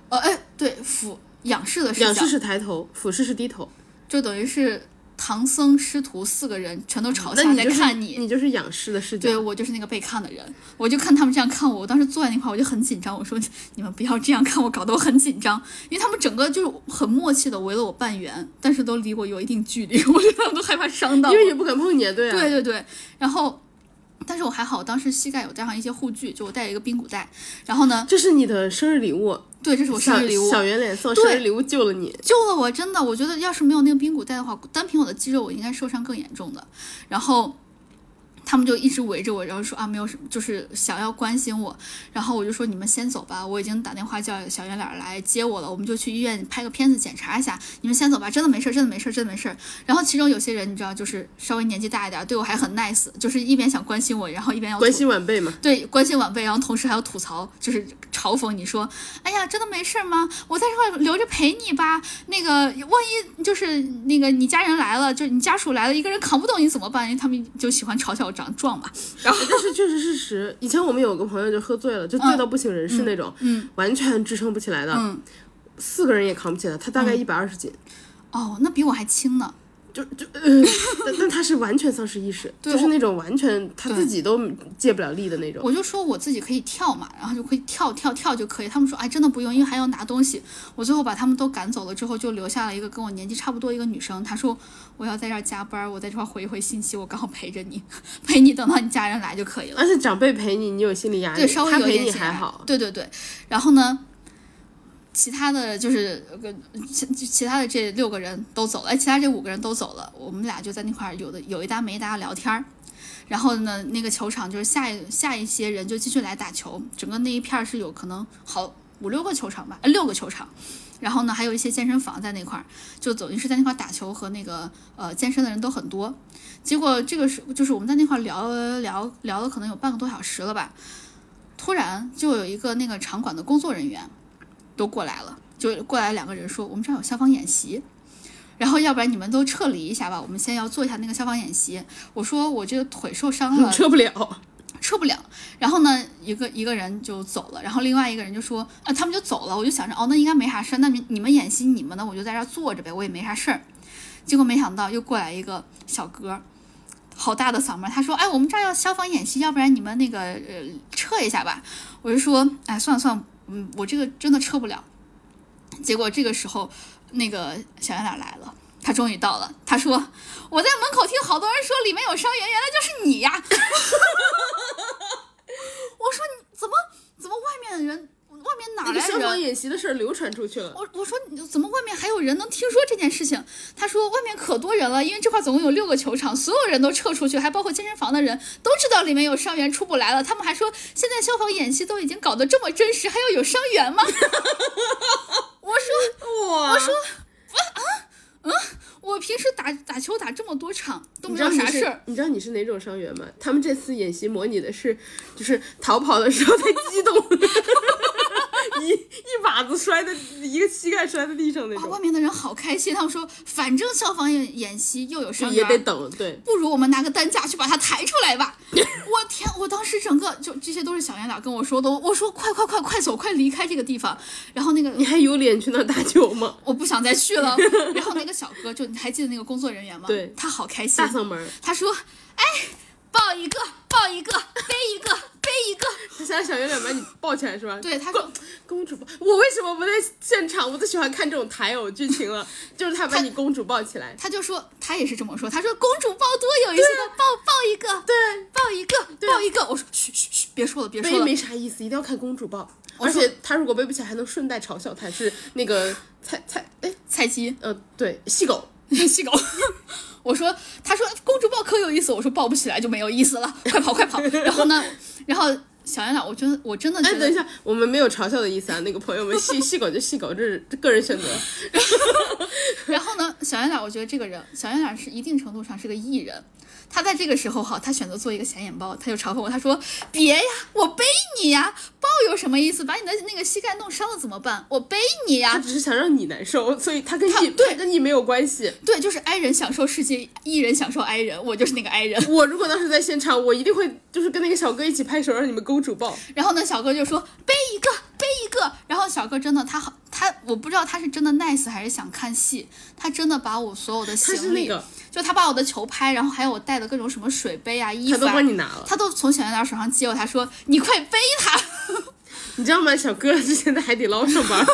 呃，哎，对，俯仰视的视
仰
角
视，是抬头，俯视是低头。
就等于是唐僧师徒四个人全都朝
那
下
你
在
就是
看
你就是仰视的视角
对。我就是那个被看的人，我就看他们这样看我，我当时坐在那块儿我就很紧张，我说你们不要这样看我，搞得我很紧张，因为他们整个就是很默契的围了我半圆，但是都离我有一定距离， 我觉得他们都害怕伤到我
因为也不敢碰你啊，对啊，
对对对，然后。但是我还好，当时膝盖有带上一些护具，就我带了一个髌骨带。然后呢，
这是你的生日礼物，
对，这是我生日礼物
小，小圆脸送
对
生日礼物救了你，
救了我，真的，我觉得要是没有那个髌骨带的话，单凭我的肌肉，我应该受伤更严重的。然后他们就一直围着我，然后说啊，没有什么，就是想要关心我。然后我就说你们先走吧，我已经打电话叫小圆脸儿来接我了，我们就去医院拍个片子检查一下。你们先走吧，真的没事儿，真的没事儿，真的没事儿。然后其中有些人你知道，就是稍微年纪大一点儿，对我还很 nice，就是一边想关心我，然后一边要
关
吐
心晚辈嘛。
对，关心晚辈，然后同时还要吐槽，就是嘲讽你说：“哎呀，真的没事儿吗？我在这块留着陪你吧。那个万一就是那个你家人来了，就是你家属来了，一个人扛不动你怎么办？”因为他们就喜欢嘲笑我长得壮嘛。
但是确实事实，以前我们有个朋友就喝醉了，就醉到不省人事那种，
嗯
完全支撑不起来的，
嗯，
四个人也扛不起来，他大概一百二十斤，
哦，那比我还轻呢。
就就，呃、但但他是完全丧失意识，
对
就是
我
那种完全他自己都借不了力的那种。
我就说我自己可以跳嘛，然后就可以跳跳跳就可以。他们说哎，真的不用，因为还要拿东西。我最后把他们都赶走了之后，就留下了一个跟我年纪差不多一个女生，她说我要在这儿加班儿，我在这块儿回一回信息，我刚好陪着你， 陪你等到你家人来就可以了。
而且长辈陪你，你有心理压力，
对，稍微
他
有一
陪
点
你
起
还
来啊
好。
对对对，然后呢，其他的就是呃其其他的这六个人都走了，哎，其他这五个人都走了，我们俩就在那块儿有的有一搭没一搭聊天儿。然后呢，那个球场就是下一下一些人就继续来打球，整个那一片儿是有可能好五六个球场吧，呃六个球场。然后呢，还有一些健身房在那块儿，就走进是在那块儿打球和那个呃健身的人都很多。结果这个是就是我们在那块儿聊聊聊了可能有半个多小时了吧，突然就有一个那个场馆的工作人员都过来了，就过来两个人说我们这儿有消防演习，然后要不然你们都撤离一下吧，我们先要做一下那个消防演习。我说我这个腿受伤 了，
撤不了，
撤不了。然后呢，一个一个人就走了，然后另外一个人就说，啊，他们就走了。我就想着，哦，那应该没啥事儿，那你你们演习你们的，我就在这儿坐着呗，我也没啥事儿。结果没想到又过来一个小哥儿，好大的嗓门儿，他说，哎，我们这儿要消防演习，要不然你们那个呃撤一下吧。我就说，哎，算了算了，嗯，我这个真的撤不了。结果这个时候，那个小圆脸来了。他终于到了，他说：“我在门口听好多人说里面有伤员，原来就是你呀！” 我说你怎么怎么外面的人，外面哪
那
来
个
的
消
人？啊
防演习的事儿流传出去了。
我我说你怎么外面还有人能听说这件事情？他说外面可多人了，因为这块总共有六个球场，所有人都撤出去，还包括健身房的人都知道里面有伤员出不来了。他们还说现在消防演习都已经搞得这么真实，还要有伤员吗？ 我说
哇，我说
我平时打打球打这么多场都
你
没
知道
有
你
啥
是
事儿，
你知道你是哪种伤员吗？他们这次演习模拟的是，就是逃跑的时候太激动 了一一把子摔在一个膝盖摔在地上那
哇，
种，
外面的人好开心，他们说反正消防演演习又有伤
也
员，
得等。对，
不如我们拿个担架去把它抬出来吧。我天！我当时整个就这些都是小圆脸跟我说的，我说快快快快走，快离开这个地方。然后那个
你还有脸去那儿打球吗？
我不想再去了。然后那个小哥就你还记得那个工作人员吗？
对
他好开心
大，嗓门儿，
他说：“哎，抱一个，抱一个，背一个，背一个。
他现在想有点把你抱起来是吧？”，
对，他说
公主抱，我为什么不在现场？我最喜欢看这种台偶剧情了，就是他把你公主抱起来。
他就说他也是这么说，他说公主抱多有意
啊
思，抱抱一个，对，抱一个，抱一个。我说嘘嘘嘘，别说了，别说
背
了。
啊没啥意思，一定要看公主抱。
我
而
说
且他如果背不起来，还能顺带嘲笑他是那个菜菜哎
菜鸡。
呃对细狗，
细狗。我说，他说公主抱可有意思，我说抱不起来就没有意思了，快跑快跑。然后呢，然后小圆脸，我真的我真的觉
哎，等一
得，
下，我们没有嘲笑的意思啊，那个朋友们，细细狗就细狗，这是这个 人选择。
然后呢，小圆脸，我觉得这个人，小圆脸是一定程度上是个艺人。他在这个时候哈，他选择做一个显眼包，他就嘲讽我，他说：“别呀，我背你呀，抱有什么意思？把你的那个膝盖弄伤了怎么办？我背你
他
呀。
只是想让你难受，所以他跟
他
你
对
跟你没有关系。”
对，就是 i 人享受世界，艺人享受 i 人，我就是那个 i 人。
我如果当时在现场，我一定会就是跟那个小哥一起拍手，让你们公主抱。
然后呢，小哥就说背一个，背一个。然后小哥真的，他好，他我不知道他是真的 nice 还是想看戏，他真的把我所有的
他是
行
那
李，
个，
就他把我的球拍，然后还有我带的各种什么水杯啊、衣
他
服
都
啊
帮，你拿了，
他都从小圆脸手上接过，他说你快背他。
你知道吗？小哥之前在海底捞上班，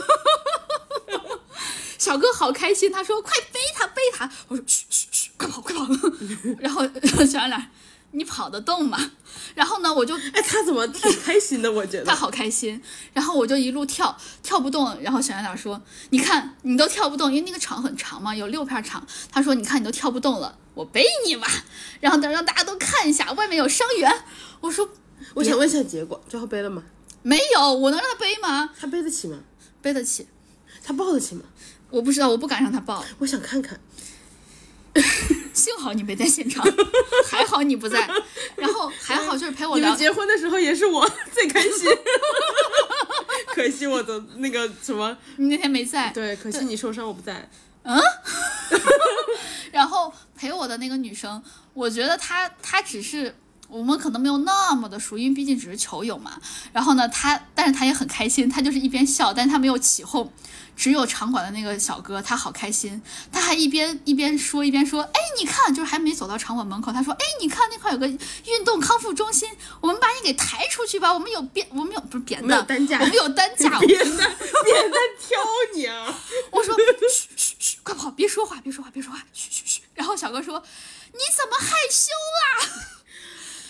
小哥好开心，他说快背他，背他。我说嘘嘘嘘，快跑快跑。 然后小圆脸，你跑得动吗？然后呢，我就
哎，他怎么挺开心的？我觉
他
得
好开心，然后我就一路跳，跳不动。然后小圆脸说：“你看，你都跳不动，因为那个场很长嘛，有六片场。”他说：“你看，你都跳不动了，我背你吧。”然后等让大家都看一下，外面有伤员。我说
我想问一下结果，最后背了吗？：“
没有，我能让他背吗？
他背得起吗？
背得起？
他抱得起吗？
我不知道，我不敢让他抱。
我想看看。
幸好你没在现场， 还好你不在，然后还好就是哎陪我
你
聊
们结婚的时候也是我 最开心，可惜我的那个什么，
你那天没在。”
对，可惜你受伤我不 在。
然后陪我的那个女生，我觉得她她只是我们可能没有那么的熟，因为毕竟只是球友嘛。然后呢，她但是她也很开心，她就是一边笑，但是她没有起哄。只有场馆的那个小哥，他好开心，他还一边一边说一边说，哎，你看，就是还没走到场馆门口，他说，哎，你看那块有个运动康复中心，我们把你给抬出去吧，我们有鞭，我们有不是
我
扁
没有
担，
担架
我，们有担 架，
别再别再挑你啊！
我说嘘嘘嘘，快跑，别说话，别说话，别说话，嘘嘘嘘。然后小哥说：“你怎么害羞啊啦、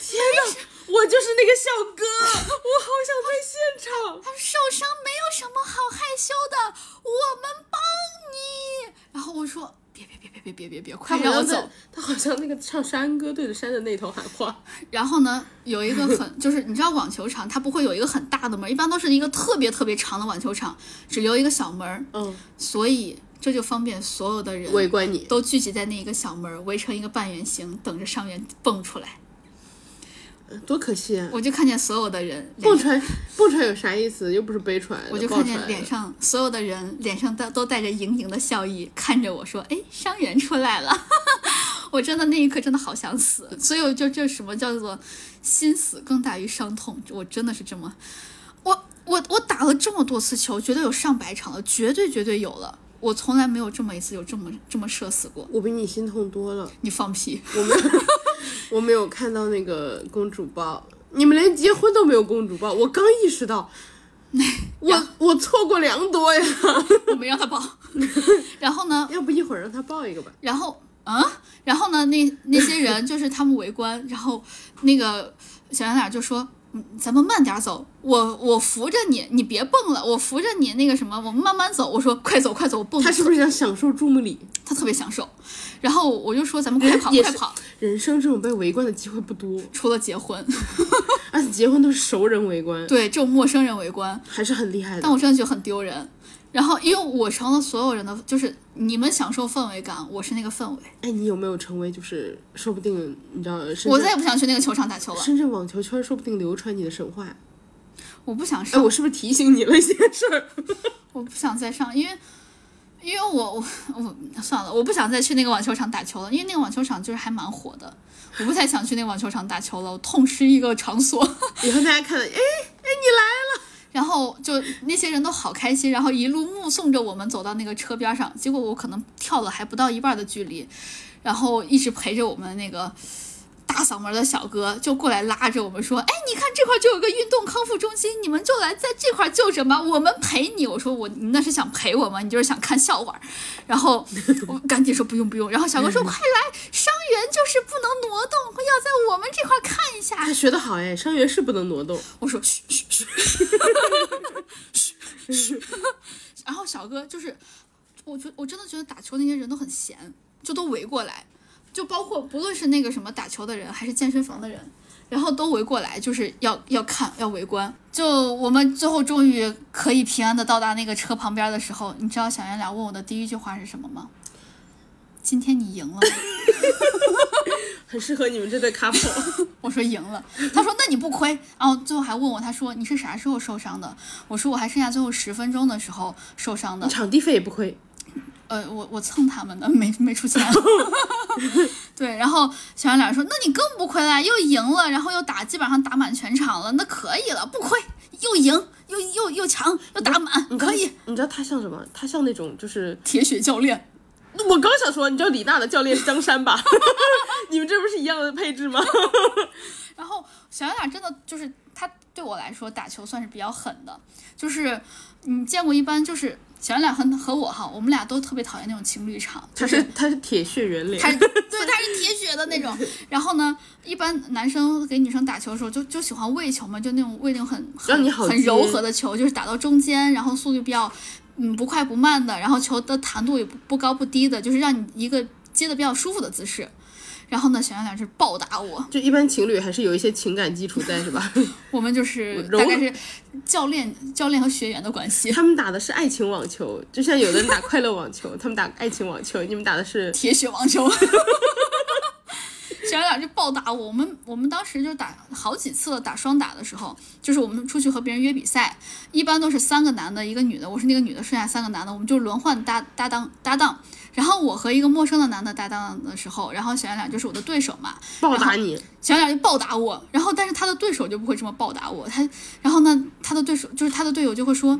天哪，我就是那个小哥，我好想在现 场。
他说受伤没有什么好害羞的，我们帮你。”然后我说：“别别别别别，别别别别，
他
快
好
让我
像在
走！
他好像那个唱山歌对着山的那头喊话，
然后呢，有一个很就是你知道网球场它不会有一个很大的门，一般都是一个特别特别长的网球场，只留一个小门儿，
嗯，
所以这就方便所有的人
围观你。
都聚集在那一个小门儿，围成一个半圆形，等着上面蹦出来。
多可惜啊！
我就看见所有的人脸
蹦船，蹦船有啥意思？又不是背船，
我就
抱
看
船
见脸上所有的人脸上都都带着盈盈的笑意，看着我说：“哎，伤员出来了。” 我真的那一刻真的好想死，所以我就这什么叫做心死更大于伤痛，我真的是这么，我我我打了这么多次球，绝对有上百场了，绝对绝对有了，我从来没有这么一次有这么这么社死过。
我比你心痛多了。
你放屁！
我没有， 我没有看到那个公主抱，你们连结婚都没有公主抱，我刚意识到，我我错过良多呀。
我没让他抱。 然后呢，
要不一会儿让他抱一个吧？
然后，嗯，然后呢，那那些人就是他们围观，然后那个小圆脸就说：“嗯，咱们慢点走，我我扶着你，你别蹦了，我扶着你那个什么，我们慢慢走。”我说：“快走，快走，我蹦。”
他是不是想享受注目礼？
他特别享受，然后我就说：“咱们快跑，
也
快
是
跑
人生这种被围观的机会不多，！”
除了结婚，
而且结婚都是熟人围观，
对这种陌生人围观，
还是很厉害
但
的。
我真的觉得很丢人。然后，因为我成了所有人的，就是你们享受氛围感，我是那个氛围，
哎，你有没有成为就是说不定你知道深
我
圳
再也不想去那个球场打球了，
深圳网球啊圈说不定流传你的神话？
我不想上
哎，我是不是提醒你了一些事儿？
我不想再上，因为因为我我我算了，我不想再去那个网球场打球了，因为那个网球场就是还蛮火的，我不太想去那个网球场打球了，我痛失一个场所。
以后大家看到，哎，
然后就那些人都好开心，然后一路目送着我们走到那个车边上，结果我可能跳了还不到一半的距离，然后一直陪着我们那个。大嗓门的小哥就过来拉着我们说：“哎，你看这块就有个运动康复中心，你们就来在这块就诊吧，我们陪你。”我说：“我你那是想陪我吗？你就是想看笑话。”然后我赶紧说：“不用不用。”然后小哥说：“快来，伤员就是不能挪动，要在我们这块看一下。”
他学得好哎，伤员是不能挪动。
我说嘘嘘嘘嘘嘘，然后小哥就是，我觉我真的觉得打球那些人都很闲，就都围过来，就包括不论是那个什么打球的人，还是健身房的人，然后都围过来，就是要要看要围观。就我们最后终于可以平安的到达那个车旁边的时候，你知道小圆脸问我的第一句话是什么吗？今天你赢了，
很适合你们这对 couple。
我说赢了，他说那你不亏，然后最后还问我，他说你是啥时候受伤的？我说我还剩下最后十分钟的时候受伤的，
场地费也不亏，
呃，我我蹭他们的，没没出钱。 对，然后小圆脸说，那你更不亏了，又赢了，然后又打，基本上打满全场了，那可以了，不亏，又赢又又又强又打满，
你知道
可以。。
你知道他像什么？他像那种就是，
铁血教练，
我刚想说，你知道李娜的教练是江山吧？ 你们这不是一样的配置吗？
然后小圆脸真的就是他对我来说打球算是比较狠的，就是你见过一般就是小圆脸和和我哈，我们俩都特别讨厌那种情侣场，
他
就是 是
他是铁血圆脸
他，是对他是铁血的那种。然后呢，一般男生给女生打球的时候就就喜欢喂球嘛，就那种喂那种很
让你
很
好
很
接
柔和的球，就是打到中间，然后速度比较嗯不快不慢的，然后球的弹度也不不高不低的，就是让你一个接的比较舒服的姿势。然后呢，小圆脸是暴打我，
就一般情侣还是有一些情感基础在 是吧？
我们就是
柔
大概是教练、教练和学员的关系，
他们打的是爱情网球，就像有的人打快乐网 球，他们打爱情网球，你们打的是
铁血网球。小冉就暴打我，我们我们当时就打好几次了，打双打的时候，就是我们出去和别人约比赛，一般都是三个男的，一个女的，我是那个女的，剩下三个男的，我们就轮换搭搭档搭档。然后我和一个陌生的男的搭档的时候，然后小冉冉就是我的对手嘛，
暴打你，
小冉就暴打我，然后但是他的对手就不会这么暴打我，他，然后呢，他的对手就是他的队友就会说，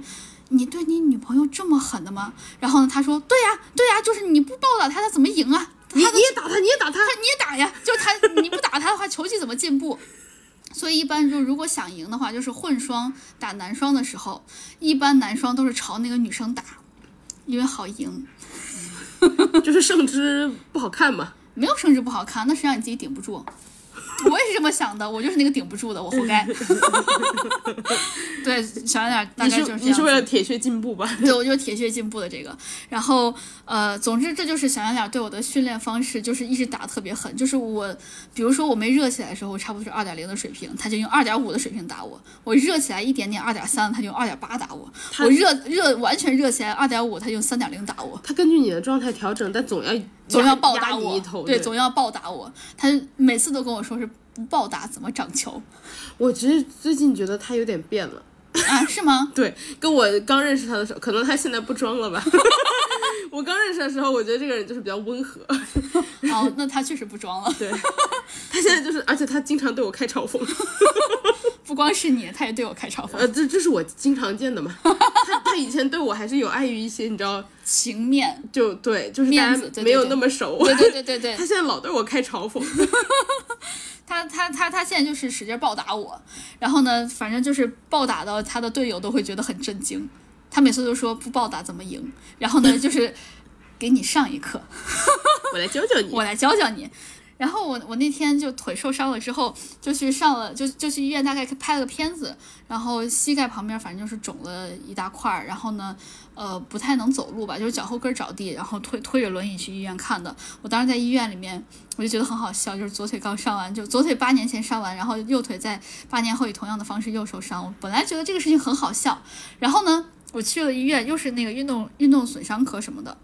你对你女朋友这么狠的吗？然后呢，他说，对呀、对呀、就是你不暴打他，他怎么赢啊？
你你也打他，你也打他，
他你也打呀，就是他你不打他的话，球技怎么进步？ 所以一般就如果想赢的话，就是混双打男双的时候，一般男双都是朝那个女生打，因为好赢，
就是胜之不好看嘛。
没有甚至不好看，那谁让你自己顶不住？我也是这么想的，我就是那个顶不住的，我活 该。对，想想 大
你
概就是这
是
样子。
你是为了铁血进步吧？
对，我就是铁血进步的这个。然后呃，总之这就是小圆脸对我的训练方式，就是一直打得特别狠。就是我，比如说我没热起来的时候，我差不多是二点零的水平，他就用二点五的水平打我；我热起来一点点，二点三，他就用二点八打我；我热热完全热起来二点五，他就用三点零打我。
他根据你的状态调整，但总要
总
压
要暴
压
打
你
我
一头。，
对，总要暴打我。他每次都跟我说是不暴打怎么长球
我只是最近觉得他有点变了。
啊？是吗？
对，跟我刚认识他的时候，可能他现在不 装了吧。我刚认识他的时候，我觉得这个人就是比较温和。
哦，那他确实不装了。
对，他现在就是，而且他经常对我开嘲讽。
不光是你，他也对我开嘲讽，
呃，这这是我经常见的 嘛。他他以前对我还是有碍于一些，你知道，
情面。
就对，就是大
面子
家
对
没有
对对
那么熟。
对对对对对
他，现在老对我开 嘲讽，
他他他他现在就是使劲暴打我，然后呢，反正就是暴打到他的队友都会觉得很震惊。他每次都说不暴打怎么赢，然后呢，就是给你上一课，
我来教教你。
我来教教你。然后我我那天就腿受伤了之后，就去上了，就就去医院，大概拍了个片子，然后膝盖旁边反正就是肿了一大块儿，然后呢，呃，不太能走路吧，就是脚后跟着地，然后推推着轮椅去医院看的。我当时在医院里面，我就觉得很好笑，就是左腿刚上完，就左腿八年前上完，然后右腿在八年后以同样的方式又受伤。我本来觉得这个事情很好笑，然后呢，我去了医院，又是那个运动运动损伤科什么的，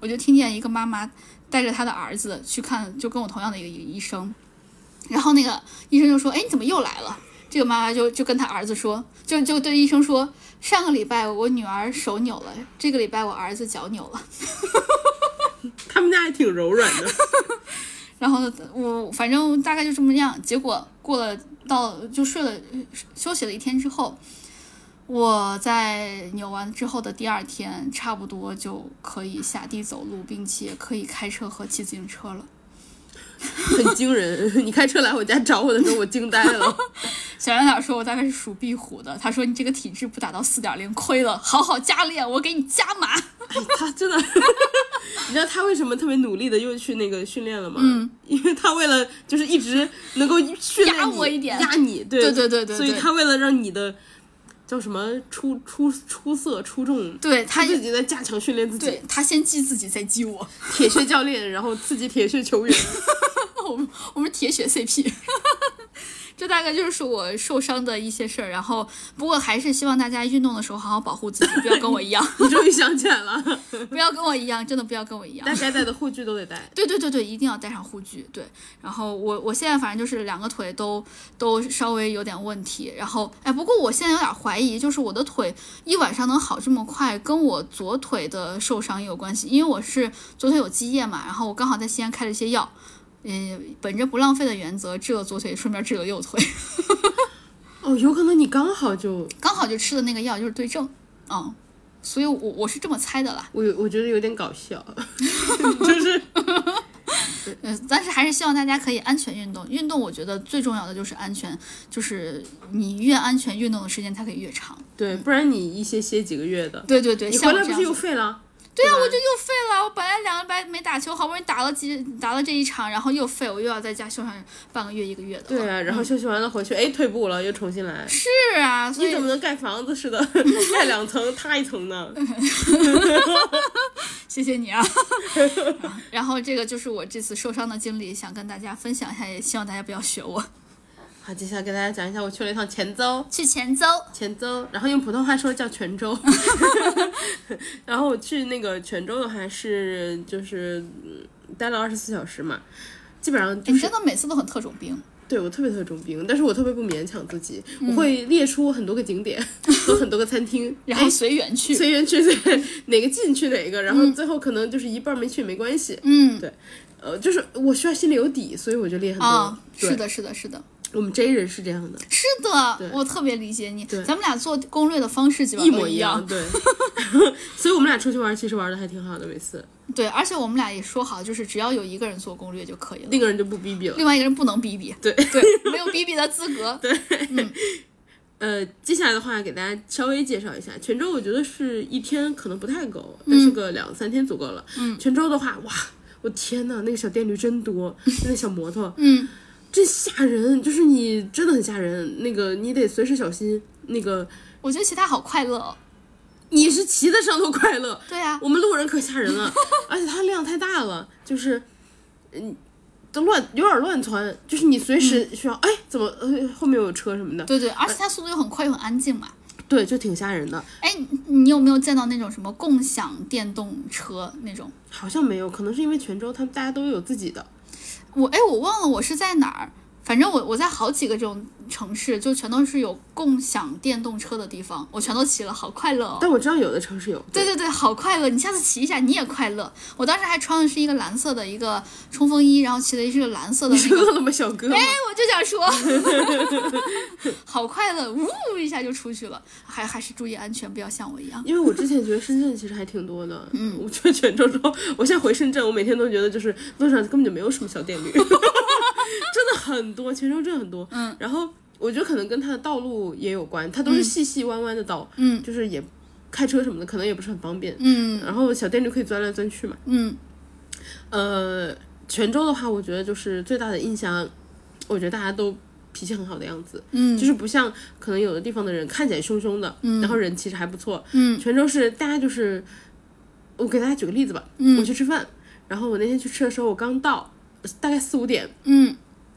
我就听见一个妈妈带着她的儿子去看，就跟我同样的一个医生，然后那个医生就说：“哎，你怎么又来了？”这个妈妈就就跟她儿子说，就就对医生说：“上个礼拜我女儿手扭了，这个礼拜我儿子脚扭了。”
他们家还挺柔软 的。
然后呢我反正大概就这么样。结果过了到就睡了休息了一天之后，我在扭完之后的第二天，差不多就可以下地走路，并且可以开车和骑自行车了。
很惊人。 你开车来我家找我的时候，我惊 呆了。
小圆脸说：“我大概是属壁虎的。”他说：“你这个体质不打到四点零亏了，好好加练，我给你加码。
哎他 真的，你知道他为什么特别努力的又去那个训练了吗？嗯，因为他为了就是一直能够训练
压
你
我一点
压你，”对
对对对对
所以
对，
他为了让你的叫什么出出出色出众，
对他
他自己在加强训练自己，
对他先激自己，再激我。
铁血教练，然后刺激铁血 球员。
我们我们是铁血 CP。这大概就是我受伤的一些事儿，然后不过还是希望大家运动的时候好好保护自己，不要跟我一样，
你终于想起来了，
不要跟我一样，真的不要跟我一样
大。家该带的护具都得带。
对对对对，一定要带上护具。对，然后我我现在反正就是两个腿都都稍微有点问题，然后哎，不过我现在有点怀疑，就是我的腿一晚上能好这么快，跟我左腿的受伤也有关系，因为我是左腿有积液嘛，然后我刚好在西安开了一些药，嗯，本着不浪费的原则治了左腿，顺便治了右腿，
哦，有可能你刚好就，
刚好就吃的那个药就是对症，嗯，所以我我是这么猜的啦。
我我觉得有点搞 笑，就是
嗯，但是还是希望大家可以安全运动。运动我觉得最重要的就是安全，就是你越安全，运动的时间它可以越长。
对，不然你一歇歇几个月的，
对对对，
你
像
回
我
来
这
不
样
是又
子。
废了？
对啊，
对吧
我就又废了。我本来两个礼拜没打球，好不容易打了几打了这一场，然后又废，我又要在家休上半个月一个月的。
对啊，然后休息完了回去，哎，退步了，又重新来。
是啊，所
你
以
怎么能盖房子 似的，盖两层塌一层呢？
谢谢你啊。 然后这个就是我这次受伤的经历，想跟大家分享一下，也希望大家不要学我。
好，接下来给大家讲一下，我去了一趟泉州，
去前奏，
泉州，然后用普通话说叫 泉州。然后我去那个泉州的话是就是嗯待了二十四小时嘛，基本上就
你
是
哎真的每次都很特种兵。
对我特别特别中兵，但是我特别不勉强自己，
嗯
我会列出很多个 景点和很多个餐厅，
然后哎嗯随缘去，
随缘去对 哪个近去哪个，然后最后可能就是一半儿没去也没关系。
嗯，
呃，就是我需要心里有底，所以我就列很多。
啊，
对
是，的，是的，是的。
我们 J 人是这样的，
是的，我特别理解你。
对
咱们俩做攻略的方式基本
一
上都
哦模一
样。
对， 所以我们俩出去玩，其实玩的还挺好的，每次
对，而且我们俩也说好，就是只要有一个人做攻略就可以了，
那个人就不逼逼了。
另外一个人不能逼逼。
对
对，没有逼逼的资格。
呃，接下来的话给大家稍微介绍一下泉州，我觉得是一天可能不太够，但是个两三天足够了。嗯，泉州的话，哇，我我天呐，那个小电驴真多，那小摩托
嗯，
真吓人，就是你真的很吓人，那个你得随时小心。那个
我觉得骑它好快乐哦。
你是骑在上头快乐，
对啊呀、
我们路人可吓人了，而且它量太大了，就是，嗯，都乱有点乱窜，就是你随时需要，哎，怎么呃后面有车什么的，
对对，而且它速度又很快又很安静嘛。
对，就挺吓人的。
哎，你你有没有见到那种什么共享电动车那种？
好像没有，可能是因为泉州他们大家都有自己的，
我哎，我忘了我是在哪儿，反正我我在好几个这种城市，就全都是有共享电动车的地方，我全都骑了，好快乐哦。
但我知道有的城市有。
对对对，好快乐！你下次骑一下，你也快乐。我当时还穿的是一个蓝色的一个冲锋衣，然后骑的是个蓝色的
你
那
是
个。
饿了么小哥吗
哎，我就想说， 好快乐，呜一下就出去了。还还是注意安全，不要像我一样。
因为我之前觉得深圳其实还挺多的，嗯，我觉得泉州之后，我现在回深圳，我每天都觉得就是路上根本就没有什么小 电驴，真的很多，泉州真的很多，嗯，然后我觉得可能跟它的道路也有关，它都是细细弯弯的道，
嗯，
就是也开车什么的可能也不是很方便，
嗯
然后小电驴可以钻来钻去嘛，
嗯
呃，泉州的话，我觉得就是最大的印象，我觉得大家都脾气很好的样子，
嗯
就是不像可能有的地方的人看起来凶凶的，然后人其实还不错。
嗯
泉州是大家就是，我给大家举个例子吧，我去吃饭，然后我那天去吃的时候，我刚到，大概四五点，
嗯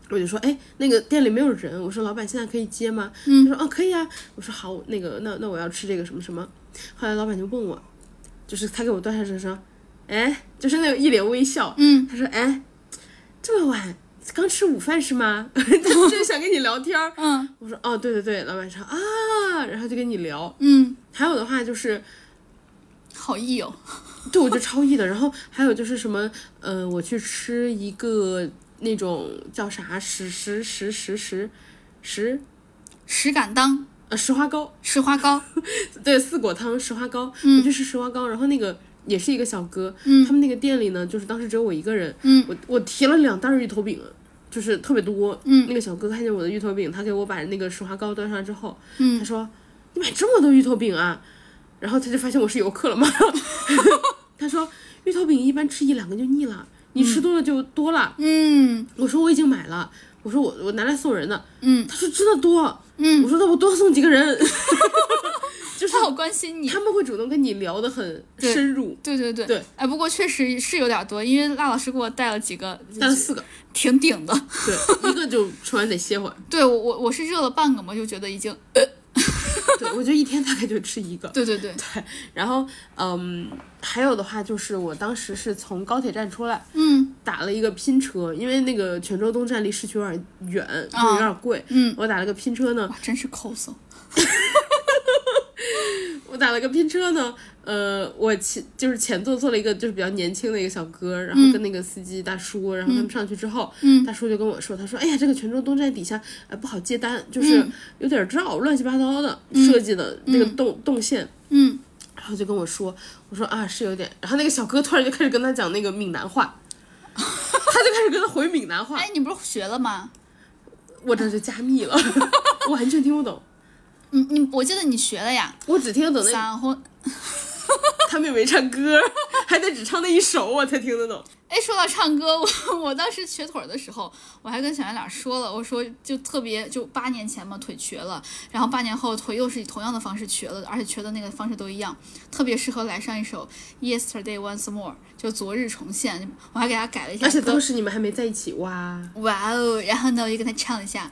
我就说，哎，那个店里没有人，我说老板现在可以接吗？他说，啊，可以啊。我说好，那个那那我要吃这个什么什么。后来老板就问我，就是他给我端上来说，哎，就是那种一脸微笑，
嗯，
他说，哎，这么晚刚吃午饭是吗？ 就是想跟你聊天儿。
嗯
我说哦，对对对，老板说啊，然后就跟你聊。
嗯，
还有的话就是，
好意哦。
对我就超意的。然后还有就是什么，呃，我去吃一个那种叫啥石石石石石石
石敢当，
呃石花糕，
石花糕。
对，四果汤石花糕，
嗯
我去吃石花糕。然后那个也是一个小哥，他们那个店里呢，就是当时只有我一个人，
嗯
我我提了两袋儿芋头饼。就是特别多，
嗯
那个小哥看见我的芋头饼，他给我把那个石花糕端上来之后，他
嗯
说：“你买这么多芋头饼啊？”然后他就发现我是游客了嘛。 他说：“芋头饼一般吃一两个就腻了，你吃多了就多了。
嗯
我说：“我已经买了。”我说我我拿来送人的，
嗯
他说真的多，
嗯，
我说那我多送几个人，就是
他好关心你。
他们会主动跟你聊得很
对
深入，
对对对
对，
哎，不过确实是有点多，因为辣老师给我带了几个，
带了四个，
挺顶的。
对， 一个就吃完得歇会儿，
对我我我是热了半个嘛，就觉得已经，
对我觉得一天大概就吃一个，
对对对，
然后嗯，还有的话就是我当时是从高铁站出来，
嗯
打了一个拼车，因为那个泉州东站离市区有点远，就是有点贵。
嗯，
我打了个拼车呢，
哇，真是抠搜。
我打了个拼车呢，呃，我前就是前座坐了一个就是比较年轻的一个小哥，然后跟那个司机大叔，然后他们上去之后，
嗯
大叔就跟我说，他说，哎呀，这个泉州东站底下呃不好接单，
嗯
就是有点绕，乱七八糟的、设计的那个动动线。
嗯，
然后就跟我说，我说啊是有点，然后那个小哥突然就开始跟他讲那个闽 南话，他就开始跟他回闽南话，
哎，你不是学了吗？
我这就加密了， 我完全听不懂，
你
嗯
你，我记得你学了呀，
我只听得懂那
散婚。
他们也没唱歌， 还得只唱那一首我才听得懂。
哎，说到唱歌， 我我当时瘸腿儿的时候，我还跟小圆脸说了，我说就特别就八年前嘛，腿瘸了，然后八年后腿又是以同样的方式瘸了，而且瘸的那个方式都一样，特别适合来上一首 Yesterday Once More，就昨日重现。我还给他改了一下
而且
歌
当时你们还没在一起哇，
哇哦！然后呢，我就跟他唱了一下。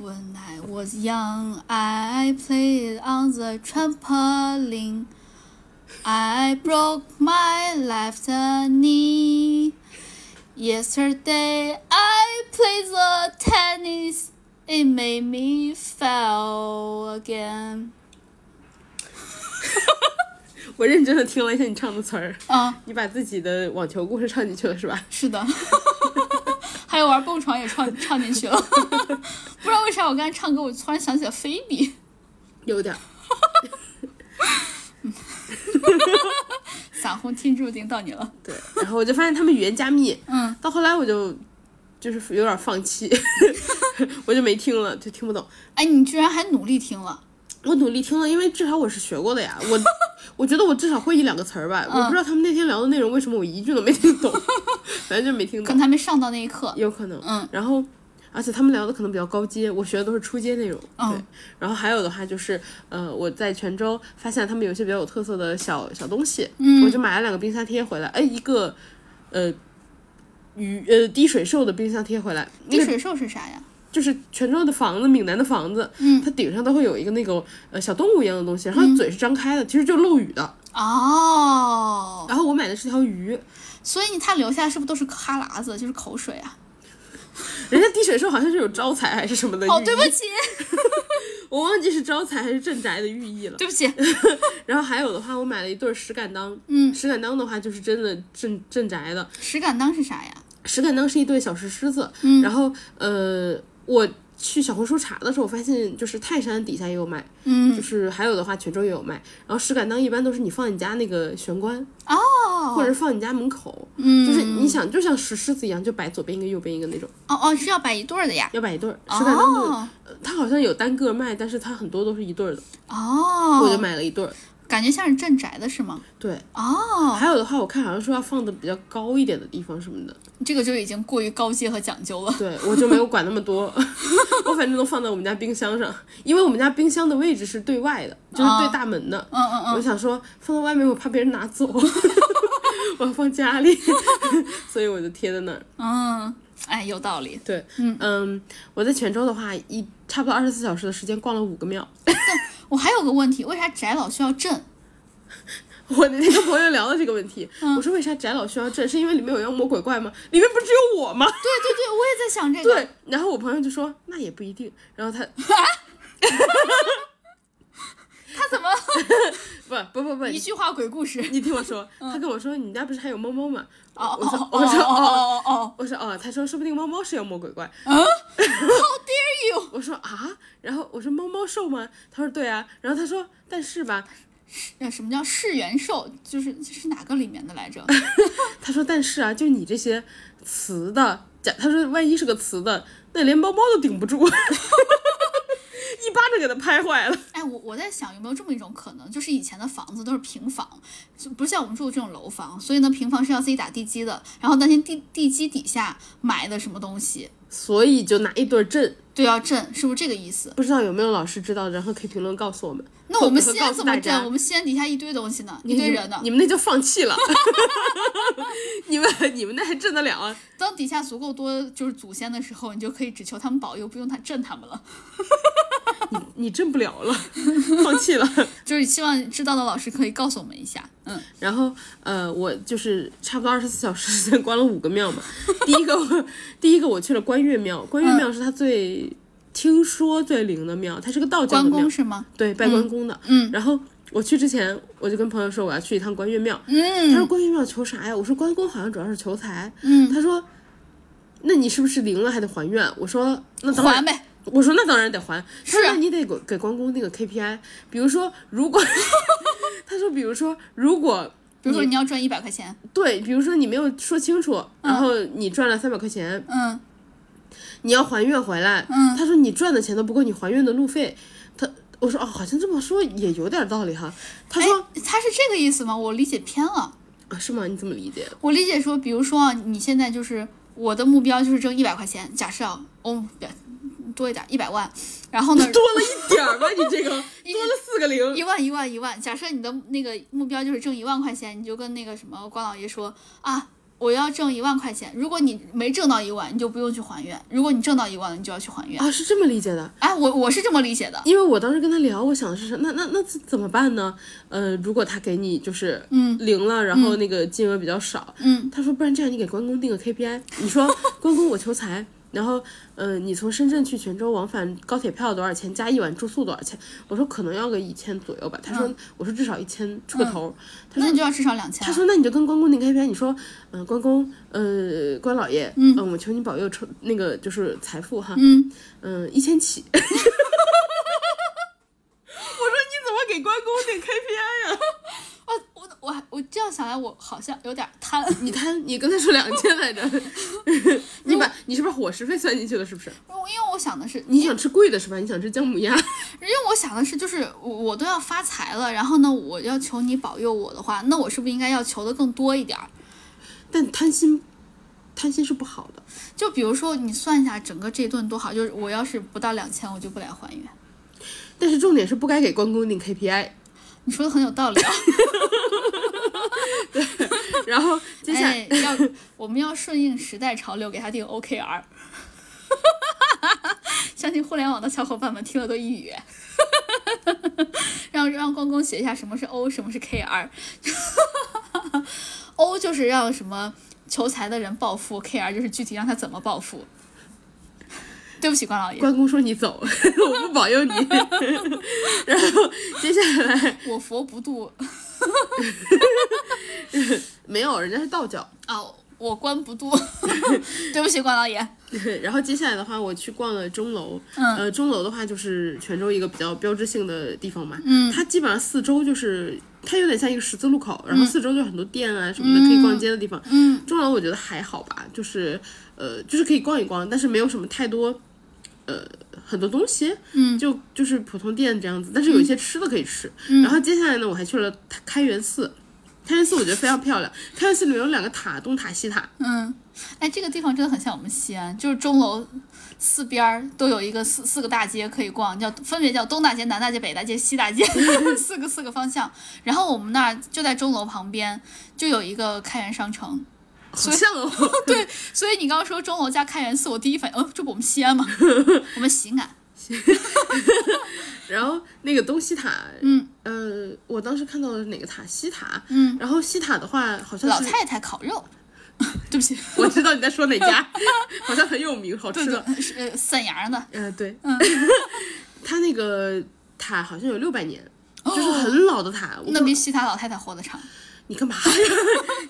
When I was young, I played on the trampoline. I broke my left knee. Yesterday, I played the tennis. It made me fall again.
我认真的听了一下你唱的词儿，
啊，
你把自己的网球故事唱进去了是吧？
是的， 还有玩蹦床也唱唱进去了。 不知道为啥我刚才唱歌，我突然想起了菲比。
有点儿，
散红天注定到你了。
对。然后我就发现他们语言加密，
嗯，
到后来我就就是有点放弃， 我就没听了，就听不懂。
哎，你居然还努力听了，
我努力听了，因为至少我是学过的呀，我我觉得我至少会一两个词儿吧，我不知道他们那天聊的内容为什么我一句都没听懂， 反正就没听
可
懂，
能还没上到那一课。
有可能。
嗯，
然后而且他们聊的可能比较高阶，我学的都是初阶内容。
嗯
对，然后还有的话就是，呃，我在泉州发现他们有一些比较有特色的小小东西，
嗯
我就买了两个冰箱贴回来，哎，一个呃鱼呃滴水兽的冰箱贴回来，那
滴
个
水兽是啥呀？
就是泉州的房子，闽南的房子，嗯，它顶上都会有一个那个呃小动物一样的东西，然后
嗯
它嘴是张开的，其实就漏雨的。
哦，
然后我买的是条鱼，
所以你它留下来是不是都是哈喇子，就是口水啊？
人家滴水兽好像是有招财还是什么的寓意，
哦，对不起，
我忘记是招财还是镇宅的寓意了。
对不 起，
然后还有的话，我买了一对儿石敢当，
嗯，
石敢当的话就是真的镇镇宅的，
石敢当是啥呀？
石敢当是一对小石狮子，
嗯
然后呃我。去小红书查的时候，我发现就是泰山底下也有卖，
嗯，
就是还有的话泉州也有卖。然后石敢当一般都是你放你家那个玄关，
哦
或者是放你家门口，
嗯
就是你想就像石狮子一样，就摆左边一个右边一个那种，
哦哦，是要摆一对儿的呀。
要摆一对儿。石敢当就是、
哦
呃它好像有单个卖，但是它很多都是一对儿的，我就
哦，
买了一对儿。
感觉像是镇宅的是吗？
对，
哦，
还有的话，我看好像说要放的比较高一点的地方什么的，
这个就已经过于高阶和讲究了。
对我就没有管那么多，我反正都放在我们家冰箱上，因为我们家冰箱的位置是对外的，就是对大门的。
嗯嗯
我想说放到外面，我怕别人拿走， 我要放家里， 所以我就贴在那儿。
嗯，哎，有道理。
对，嗯我在泉州的话，一差不多二十四小时的时间逛了五个庙。
我还有个问题，为啥宅老需要镇？
我那天跟朋友聊到这个问题，我说为啥翟老需要镇？是因为里面有妖魔鬼怪吗？里面不只有我吗？
对对对，我也在想这个。
对。然后我朋友就说那也不一定。然后他
他怎么
不不不不，
一
你
句话鬼故事？
你听我说，他跟我说你家不是还有猫猫吗？
嗯哦
我说
哦哦
我说哦。
哦哦嗯哦
我说哦，他说说不定猫猫是妖魔鬼怪。
！How
我说啊，然后我说猫猫兽吗？他说对啊。然后他说但是吧，
dare you？什么叫世元兽？就是是哪个里面的来 着？
他说但是啊，就你这些雌的，假他说万一是个雌的，那连猫猫都顶不住， 一巴掌给他拍坏了。
哎，我我在想有没有这么一种可能，就是以前的房子都是平房，就不是像我们住的这种楼房，所以呢，平房是要自己打地基的，然后担心地 地基底下埋的什么东西，
所以就拿一对儿震，
对，要震，是不是这个意思？
不知道有没有老师知道，然后可以评论告诉我们。
那我们
或者
西安
告诉
怎么
大家
震？我们西安底下一堆东西呢，一堆人呢
你。们那就放弃了， 你们你们那还震得了啊？
当底下足够多就是祖先的时候，你就可以只求他们保佑，不用他震他们了。
你你震不了了， 放弃了。
就是希望知道的老师可以告诉我们一下。嗯，
然后呃，我就是差不多二十四小时时间 关了五个庙嘛。第一个我第一个我去了关岳庙，关岳
嗯
庙是他最、听说最灵的庙，它是个道教
关
的庙
公，是吗？
对，拜关公的。
嗯
然后我去之前，我就跟朋友说我要去一趟关岳庙，他
嗯
说关公庙求啥呀？我说关公好像主要是求财。
嗯，
他说，那你是不是灵了还得还愿？我说那当
还
然。
呗。
我说那当然得还。他
是
说
啊
那你得给给关公那个 KPI，比如说如果， 他说比如说如果
比如说你要赚一百块钱，
对，比如说你没有说清楚，然后你赚了三百块钱，
嗯，
你要还愿回来。
嗯
他说你赚的钱都不够你还愿的路费。他我说哦，好像这么说也有点道理哈。他
哎
说、，
他是这个意思吗？我理解偏了。
啊是吗？你怎么理解？
我理解说，比如说啊你现在就是我的目标就是挣一百块钱，假设啊，哦，不要多一点，一百万，然后呢
，多了一点儿吧，你这个多了四个 零。
一万一万一万，假设你的那个目标就是挣一万块钱，你就跟那个什么关老爷说啊。我要挣一万块钱，如果你没挣到一万，你就不用去还愿；如果你挣到一万了，你就要去还愿。
啊，是这么理解的，
哎，我我是这么理解的。
因为我当时跟他聊，我想的是啥那那那怎怎么办呢？呃，如果他给你就是嗯零了，然后那个金额比较少，
嗯，
他说不然这样，你给关公定个 KPI，你说 关公我求财，然后呃你从深圳去泉州往返高铁票多少钱，加一晚住宿多少钱？我说可能要个一千左右吧，他说、我说至少一千出个
嗯
头，他
那
说
你就要至少两千
他。说：“那你就跟关公那个 KPI，你说，嗯、关公，呃，关老爷，嗯、我求你保佑成那个就是财富哈，
嗯，
嗯，一千起。 我说你怎么给关公定 KPI 呀、
我哦我我还我这样想来，我好像有点贪。
你贪，你刚才说两千来着， 你把你是不是伙食费算进去了？是不是？
因为我想的是，
你想吃贵的是吧？你想吃姜母鸭？
因为我想的是，就是我我都要发财了，然后呢，我要求你保佑我的话，那我是不是应该要求的更多一点儿？
但贪心，贪心是不好的。
就比如说，你算一下整个这顿多好，就是我要是不到两千，我就不来还原。
但是重点是不该给关公定 KPI。
你说的很有道理啊！
然后接下来、
哎、要我们要顺应时代潮流，给他定 OKR。相信互联网的小伙伴们听了都抑郁。 让让关公写一下什么是 O，什么是 KR。O 就是让什么求财的人暴富，KR 就是具体让他怎么暴富。对不起，关老爷，
关公说你走， 我不保佑你。 然后接下来
我佛不渡
没有，人家是道教。
啊，我关不渡。 对不起，关老爷。
对， 然后接下来的话，我去逛了钟楼。
嗯
呃，钟楼的话就是泉州一个比较标志性的地方嘛。
嗯
它基本上四周就是它有点像一个十字路口，然后四周就很多店啊什么的可以逛街的地方。
嗯
钟楼我觉得还好吧，就是呃，就是可以逛一逛，但是没有什么太多呃很多东西，
嗯
就就是普通店这样子。但是有一些吃的可以吃。然后接下来呢，我还去了开开元寺。开元寺我觉得非常漂亮，开元寺里面有两个塔，东塔西塔，
嗯，哎，这个地方真的很像我们西安，就是钟楼四边儿都有一个四四个大街可以逛，叫分别叫东大街、南大街、北大街、西大街， 四个四个方向。然后我们那儿就在钟楼旁边就有一个开元商城，
好像哦。
对，所以你刚刚说钟楼加开元寺，我第一反应，哦，这不我们西安吗？我们西 安。
然后那个东西塔，
嗯，
呃，我当时看到的是哪个塔？西塔，
嗯，
然后西塔的话好像
老
是，
太太烤肉， 对不起，
我知道你在说 哪家，好像很有名，好吃的，
是呃沈阳的，
呃，对，
嗯
它那个塔好像有六百年，就是很老的塔，我
哦那
不
比西塔老太太活得长。
你干嘛 呀？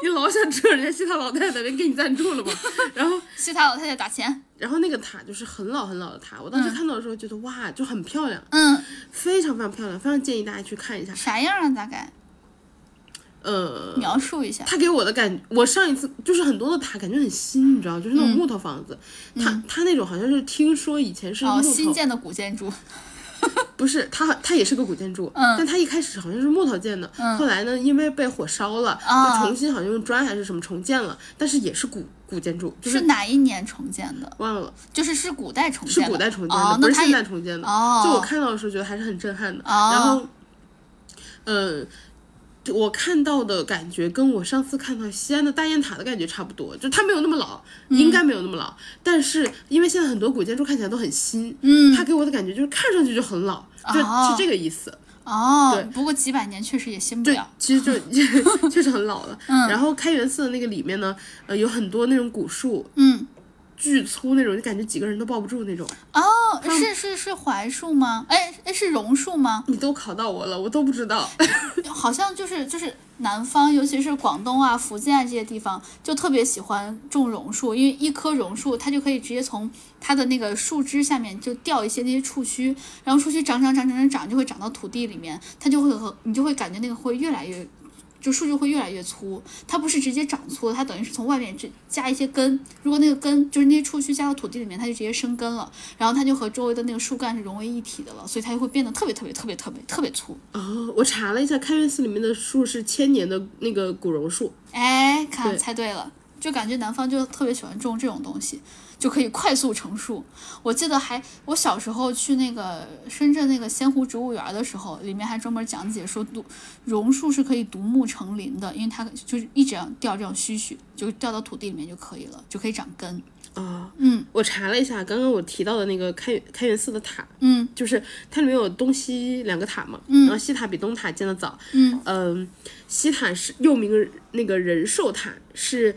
你老想吃人家西塔老太太，人给你赞 助了吗？然后，
西塔老太太打钱，
然后那个塔就是很老很老的塔，我当时看到的时候觉得、哇，就很漂亮，
嗯，
非常非常漂亮，非常建议大家去看一下，
啥样啊？大概
呃，
描述一下。
它给我的感，我上一次就是很多的塔感觉很新，你知道，就是那种木头房子，它它那种好像是听说以前是木头，
嗯哦，新建的古建筑，
不是它它也是个古建筑，
嗯
但它一开始好像是木头建的，后来呢因为被火烧了，
啊
就重新好像用砖还是什么重建了，但是也是古古建筑，就是
哪一年重建的？
忘了
就是是古代重
是
建的，
古代重建的，
哦、
不
那
是
它
现
也
代重建的，
哦
就我看到的时候觉得还是很震撼的，
哦
然后，呃。我看到的感觉跟我上次看到西安的大雁塔的感觉差不多，就它没有那么老，
嗯
应该没有那么老。但是因为现在很多古建筑看起来都很新，
嗯
它给我的感觉就是看上去就很老，就
哦
是这个意思。对
哦，不过几百年确实也新不
对
了，。
其 实就 确实很老了。
嗯
然后开元寺的那个里面呢，呃，有很多那种古树，
嗯，
巨粗那种，就感觉几个人都抱不住那种。
哦，是是是槐树吗？哎哎，是榕树吗？
你都考到我了，我都不知道。
好像就是就是南方，尤其是广东啊、福建啊这些地方，就特别喜欢种榕树，因为一棵榕树它就可以直接从它的那个树枝下面就掉一些那些触须，然后触须长长长长长长就会长到土地里面，它就会和你就会感觉那个会越来越。就树就会越来越粗，它不是直接长粗，它等于是从外面这加一些根。如果那个根就是那些触须加到土地里面，它就直接生根了，然后它就和周围的那个树干是融为一体的了，所以它就会变得特别特别特别特别特别粗。
哦，我查了一下，开元寺里面的树是千年的那个古榕树。
哎，看
对
猜对了，就感觉南方就特别喜欢种这种东西，就可以快速成树。我记得还我小时候去那个深圳那个仙湖植物园的时候，里面还专门讲解说独榕树是可以独木成林的，因为它就是一直这样掉这种须须，就掉到土地里面就可以了，就可以长根。
啊，
嗯，
我查了一下，刚刚我提到的那个开元开元寺的塔，
嗯
就是它里面有东西两个塔嘛，然后西塔比东塔建的早，
嗯
嗯，西塔是又名那个仁寿塔，是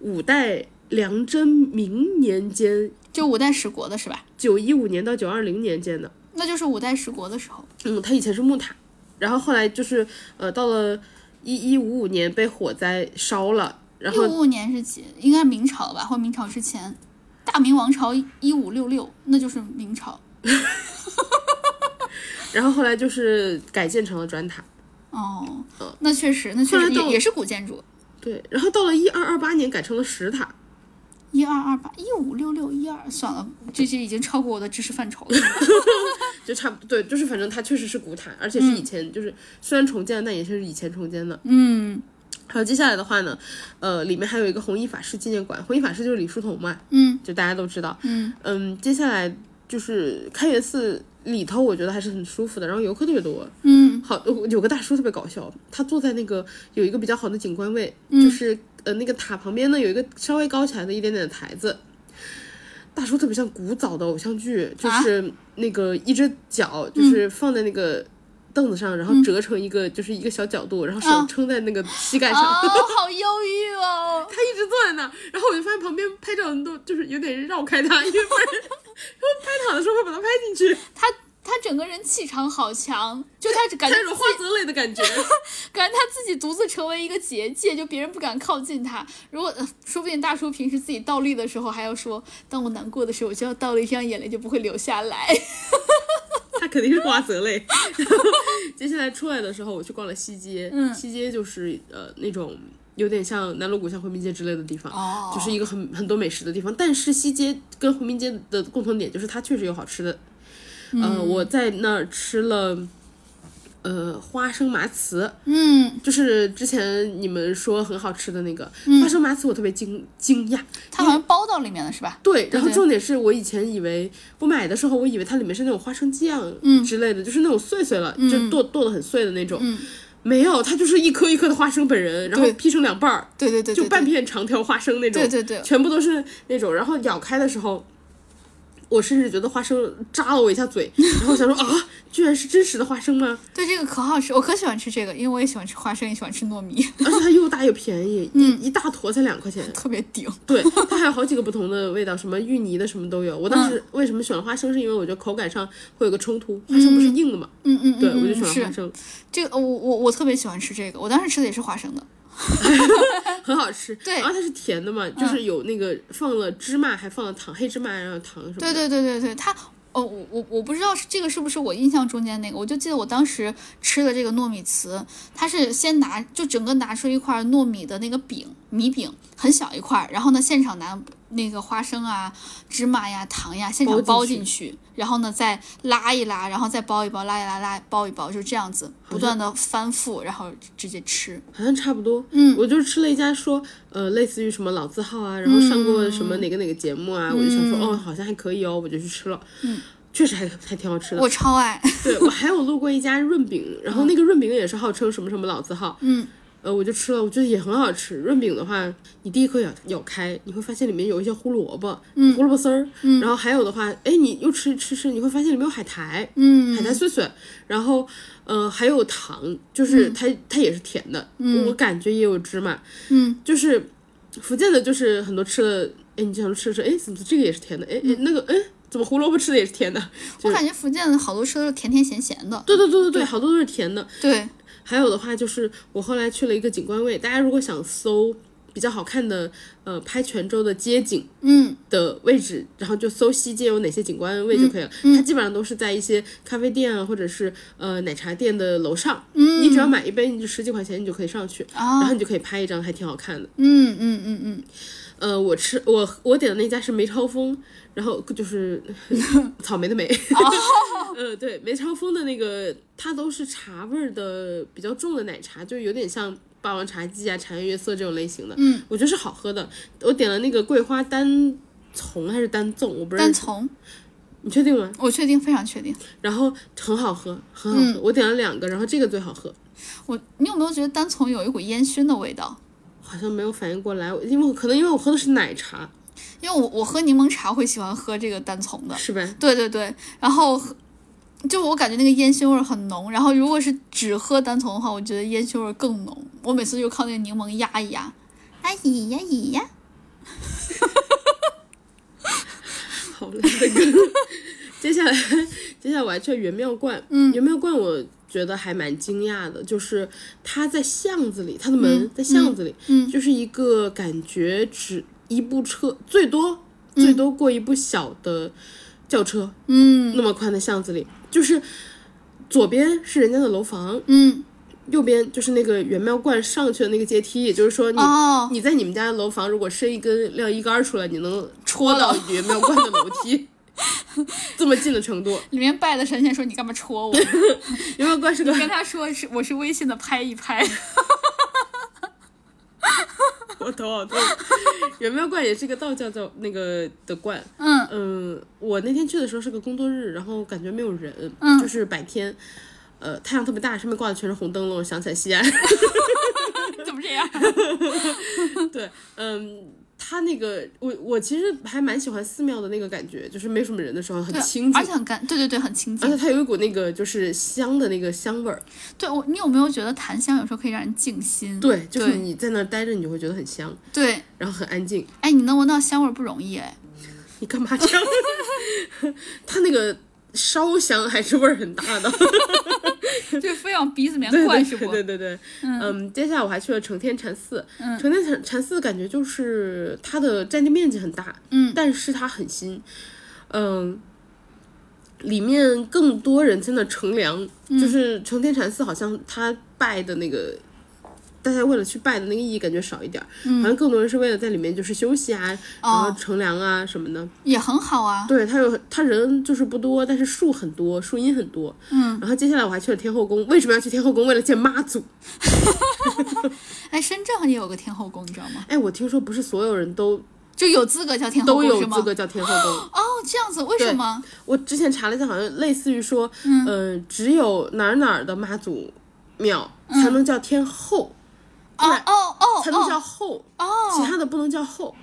五代梁真明年间
就五代十国的是吧？
九一五年到九二零年间的，
那就是五代十国的时候。
嗯，它以前是木塔，然后后来就是呃到了一一五五年被火灾烧了，然
六
后
五年是几？应该明朝吧，或明朝之前。大明王朝一五六六，那就是明朝。
然后后来就是改建成了砖塔。
哦，那确实，那确
后
实
来到
也也是古建筑，
对，然后到了一二二八年改成了石塔，
一二二八一五六六一二，算了，这些已经超过我的知识范畴了。
就差不多，对，就是反正它确实是古塔，而且是以前就是、虽然重建，但也是以前重建的。
嗯
还有接下来的话呢，呃，里面还有一个弘一法师纪念馆，弘一法师就是李叔同嘛，
嗯
就大家都知道。
嗯
嗯，接下来就是开元寺里头，我觉得还是很舒服的，然后游客特别多。
嗯
好，有有个大叔特别搞笑，他坐在那个有一个比较好的景观位，
嗯
就是呃那个塔旁边呢有一个稍微高起来的一点点的台子。大叔特别像古早的偶像剧，就
啊嗯
是那个一只脚就是放在那个凳子上，然后折成一个就是一个小角度，然后手
啊
撑在那个膝盖
哦，
上，
好忧郁哦。
他一直坐在那儿，然后我就发现旁边拍照的人都就是有点绕开他，因为不然 拍塔的时候会把他拍进去，
他他整个人气场好强，就他感觉
那种花泽类的感觉。
感觉他自己独自成为一个结界，就别人不敢靠近他。如果呃说不定大叔平时自己倒立的时候还要说，当我难过的时候，我就要倒立，这样眼泪就不会流下来。
他肯定是瓜泽类。然后 接下来出来的时候，我去逛了西街，
嗯
西街就是呃那种有点像南锣鼓巷、回民街之类的地方，
哦
就是一个很很多美食的地方。但是西街跟回民街的共同点就是它确实有好吃的。
嗯
呃，我在那儿吃了。呃，花生麻糍
嗯，
就是之前你们说很好吃的那个、花生麻糍，我特别惊惊讶，
他好像包到里面了是吧？
对，然后
对
重点是我以前以为我买的时候，我以为它里面是那种花生酱
嗯
之类的，就是那种碎碎了，就剁剁的很碎的那种。没有，它就是一颗一颗的花生本人，然后
对
劈成两半儿，
对对对
就半片长条花生那种。
对对对
全部都是那种。然后咬开的时候，我甚至觉得花生扎了我一下嘴，然后想说啊，居然是真实的花生吗？
对，这个可好吃，我可喜欢吃这个，因为我也喜欢吃花生，也喜欢吃糯米，
而且它又大又便宜，
嗯
一一大坨才两块钱。
特别顶。
对，它还有好几个不同的味道，什么芋泥的什么都有。我
嗯
当时为什么选了花生，是因为我觉得口感上会有个冲突，花生不是硬的嘛？
嗯嗯嗯，
对，我就
嗯
选了花
是
生，
这个，我我我特别喜欢吃这个，我当时吃的也是花生的。
很好吃。
对嗯
然后它是甜的嘛，就是有那个放了芝麻，还放了糖，黑芝麻然后糖什么的。
对对对对对，它哦，我我我不知道是这个是不是我印象中间那个，我就记得我当时吃的这个糯米糍，它是先拿就整个拿出一块糯米的那个饼米饼，很小一块儿，然后呢现场拿那个花生啊、芝麻呀、糖呀现
包
场
进
包
去
进去，然后呢再拉一拉，然后再包一包，拉一拉拉包一包，就这样子不断的翻覆，然后直接吃。
好像差不多。
嗯
我就吃了一家说，呃，类似于什么老字号啊，然后上过什
嗯
么哪个哪个节目啊，我就想说，哦，好像还可以哦，我就去吃了。嗯，确实还还挺好吃的。
我超爱，
对我还有路过一家润饼，然后那个润饼也是号称什么什么老字号，
嗯，
呃，我就吃了，我觉得也很好吃。润饼的话，你第一口咬咬开，你会发现里面有一些胡萝卜，胡萝卜丝儿，然后还有的话，哎，你又吃吃吃，你会发现里面有海苔，
嗯
海苔碎碎，然后呃还有糖，就是它、它也是甜的，我感觉也有芝麻，
嗯，
就是福建的，就是很多吃的，哎，你想吃吃，哎，怎么这个也是甜的，哎，哎那个，哎，怎么胡萝卜吃的也是甜的？
我感觉福建的好多吃的都是甜甜咸咸的。
对对对对对，好多都是甜的。
对，
还有的话就是，我后来去了一个景观位，大家如果想搜比较好看的，呃，拍泉州的街景
嗯
的位置，然后就搜西街有哪些景观位就可以了。它基本上都是在一些咖啡店啊，或者是呃奶茶店的楼上。
嗯
你只要买一杯，你就十几块钱，你就可以上去，
啊
然后你就可以拍一张，还挺好看的。
嗯嗯嗯嗯，
呃，我吃我我点的那家是梅超风，然后就是 草莓的莓，
哦
呃，对，梅超风的那个它都是茶味儿的比较重的奶茶，就有点像霸王茶姬啊、茶颜悦色这种类型的，
嗯，
我觉得是好喝的。我点了那个桂花单丛还是单纵，我不认
单
识，
丛，
你确定吗？
我确定，非常确定。
然后很好喝，很好
嗯
喝，我点了两个，然后这个最好喝。
我，你有没有觉得单丛有一股烟熏的味道？
好像没有反应过来，我因为我可能因为我喝的是奶茶，
因为我我喝柠檬茶会喜欢喝这个单丛的，
是呗？
对对对。然后喝，就我感觉那个烟熏味儿很浓，然后如果是只喝单丛的话，我觉得烟熏味儿更浓。我每次就靠那个柠檬压一压，啊咦呀咦呀，
好累的歌。接下来，接下来我还去了元妙观。嗯，元妙观我觉得还蛮惊讶的，就是它在巷子里，它的门
嗯
在巷子里，
嗯
就是一个感觉只一部车最多最多过一部小的轿车、
嗯
那么宽的巷子里，就是左边是人家的楼房，
嗯
右边就是那个元妙观上去的那个阶梯，也就是说你、
哦，
你在你们家的楼房如果伸一根晾衣杆儿出来，你能戳到元妙观的楼梯。这么近的 程度。
里面拜的神仙说你干嘛戳我？
刘教官是个
跟他说是我是微信的拍一拍，
我头好痛。圆妙观也是一个道教教那个的观，
嗯
嗯、我那天去的时候是个工作日，然后感觉没有人，
嗯
就是白天，呃，太阳特别大，上面挂的全是红灯笼，想起来西安，
你怎么这样？
对，嗯。它那个，我我其实还蛮喜欢寺庙的那个感觉，就是没什么人的时候很
对
清静
而，且很干，对对对，很清
而且
静。
它有一股那个就是香的那个香味儿，
对我，你有没有觉得檀香有时候可以让人静心？
对，就是
对
你在那儿待着，你就会觉得很香，
对，
然后很安静。
哎，你能闻到香味儿不容易 哎。
你干嘛这样？ 它那个烧香还是味儿很大的，
就非往鼻子里面
对
灌
对
是不？
对对对，嗯，接下来我还去了承天禅寺，
嗯
承天禅禅寺感觉就是它的占地面积很大，
嗯
但是它很新，嗯，里面更多人在那乘凉，
嗯
就是承天禅寺好像它拜的那个。大家为了去拜的那个意义感觉少一点儿，好像更多人是为了在里面就是休息啊，然
嗯
后
哦
乘凉啊什么的。
也很好啊。
对，它有它人就是不多，但是树很多，树荫很多。
嗯，
然后接下来我还去了天后宫，为什么要去天后宫？为了见妈祖。
哎，深圳也有个天后宫，你知道吗？
哎，我听说不是所有人都
就有资格叫天后
都
宫
有
是吗
资？格叫天后宫。
哦，这样子，为
对
什么？
我之前查了一下，好像类似于说，呃，只有哪儿哪儿的妈祖庙才能叫天后，
哦哦嗯哦
才能
哦
叫后，其
哦，
他的不能叫后。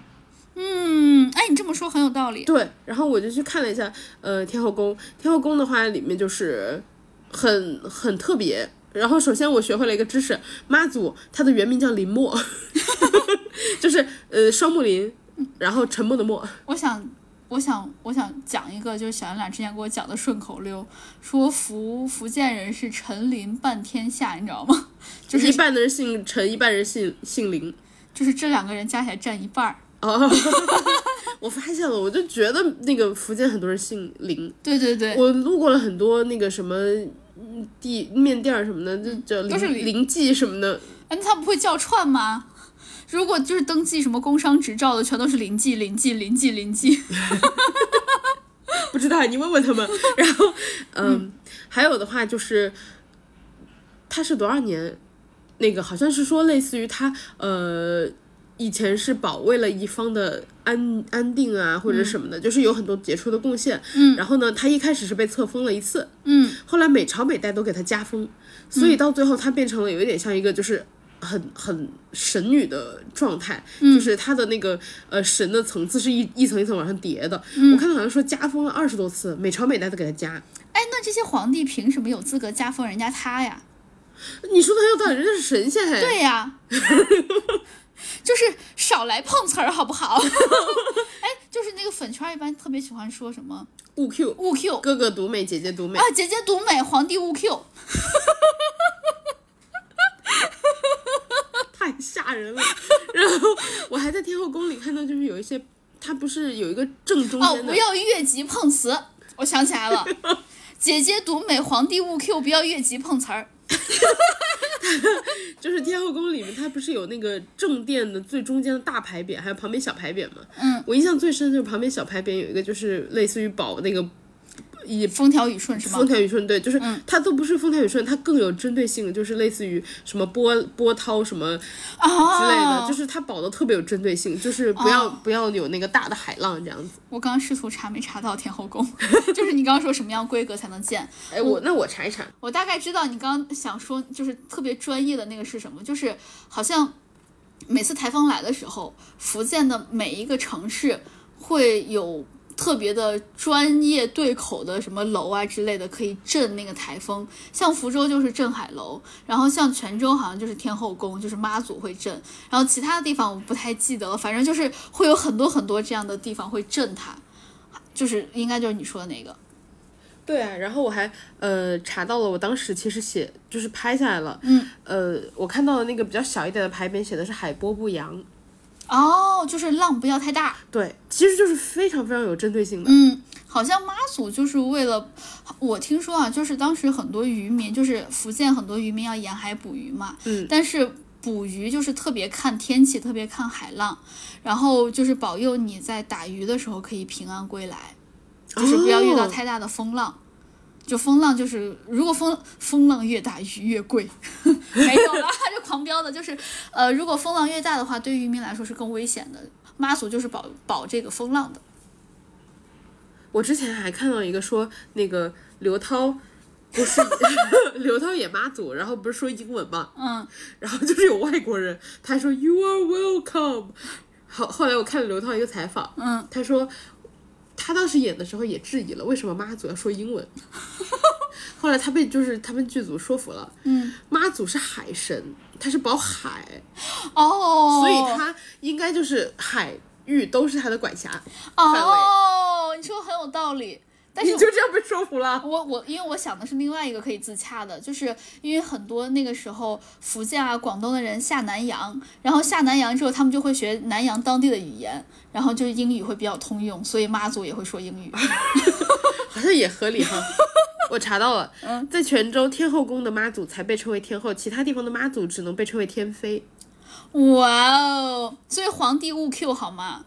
嗯，哎，你这么说很有道理。
对，然后我就去看了一下，呃，天后宫，天后宫的话里面就是很很特别。然后首先我学会了一个知识，妈祖她的原名叫林 默， 就是呃双木林，然后沉默的默。
我想，我想，我想讲一个，就是小圆脸之前给我讲的顺口溜，说福福建人是陈林半天下，你知道吗？ 就是
一半的人姓陈，一半人姓姓林。
就是这两个人加起来占一半儿。
哦，我发现了，我就觉得那个福建很多人姓林，
对对对，
我路过了很多那个什么嗯地面店儿什么的，就叫
都是林
林林记什么的，
哎，那他不会叫串吗？如果就是登记什么工商执照的，全都是临记、临记、临记、临记。
不知道，你问问 他们。然后，嗯，还有的话就是，他是多少年？那个好像是说，类似于他呃，以前是保卫了一方的安安定啊，或
嗯
者什么的，就是有很多杰出的贡献。嗯，然后呢，他一开始是被册封了一次，
嗯，
后来每朝每代都给他加封，所以到最后他变成了有一点像一个就是。很很神女的状态，
嗯
就是她的那个呃神的层次是一一层一层往上叠的。
嗯
我看到好像说加封了二十多次，每朝每代都给他加。
哎，那这些皇帝凭什么有资格加封人家他呀？
你说的很有道理，人家是神仙哎。
对呀，就是少来碰瓷儿好不好？ 哎，就是那个粉圈儿一般特别喜欢说什么
物 Q，
误 Q
哥哥独美，姐 姐独美。
啊，姐姐独美，皇帝误 Q。
太吓人了。 然后我还在天后宫里看到，就是有一些，它不是有一个正中
哦，
间的，
不要越级碰瓷，我想起来了，姐姐独美，皇帝误 Q，不要越级碰瓷儿。
就是天后宫里面，它不是有那个正殿的最中间的大牌匾，还有旁边小牌匾嘛。
嗯，
我印象最深就是旁边小牌匾有一个，就是类似于宝那个。以
风调雨顺是吗
风？调雨顺，对，就是
嗯
它都不是风调雨顺，它更有针对性，就是类似于什么波波涛什么之
啊，
类的，就是它保的特别有针对性，就是不
哦
要、不要有那个大的海浪这样子。
我刚刚试图查没查到天后宫， 就是你刚刚说什么样规格才能建，
哎，我那我查一查，
我大概知道你刚刚想说就是特别专业的那个是什么，就是好像每次台风来的时候，福建的每一个城市会有。特别的专业对口的什么楼啊之类的，可以镇那个台风。像福州就是镇海楼，然后像泉州好像就是天后宫，就是妈祖会镇。然后其他的地方我不太记得了，反正就是会有很多很多这样的地方会震它，就是应该就是你说的那个，
对啊，然后我还呃查到了，我当时其实写就是拍下来了，
嗯，
呃，我看到的那个比较小一点的牌匾写的是海波不扬，
哦，就是浪不要太大，
对，其实就是非常非常有针对性的，
嗯，好像妈祖就是为了，我听说啊，就是当时很多渔民，就是福建很多渔民要沿海捕鱼嘛，
嗯，
但是捕鱼就是特别看天气，特别看海浪，然后就是保佑你在打鱼的时候可以平安归来。就是不要遇到
哦
太大的风浪。就风浪就是，如果风风浪越大，鱼越贵， 没有了，就狂飙的，就是呃，如果风浪越大的话，对于渔民来说是更危险的。妈祖就是保保这个风浪的，
我之前还看到一个说那个刘涛。不是 刘涛也妈祖，然后不是说英文嘛，
嗯，
然后就是有外国人，他说 You are welcome。好，后来我看了刘涛一个采访，
嗯，
他说他当时演的时候也质疑了为什么妈祖要说英文， 后来他被就是他们剧组说服了，
嗯，
妈祖是海神，他是保海，
哦，
所以他应该就是海域都是他的管辖，围
哦，你说很有道理，但
你
是
就这样被说服了。
我我因为我想的是另外一个可以自洽的，就是因为很多那个时候福建啊、广东的人下南洋，然后下南洋之后，他们就会学南洋当地的语言，然后就是英语会比较通用，所以妈祖也会说英语。
好像也合 理哈。我查到了，
嗯
在泉州天后宫的妈祖才被称为天后，其他地方的妈祖只能被称为天妃。
哇哦，所以皇帝勿 Q 好吗？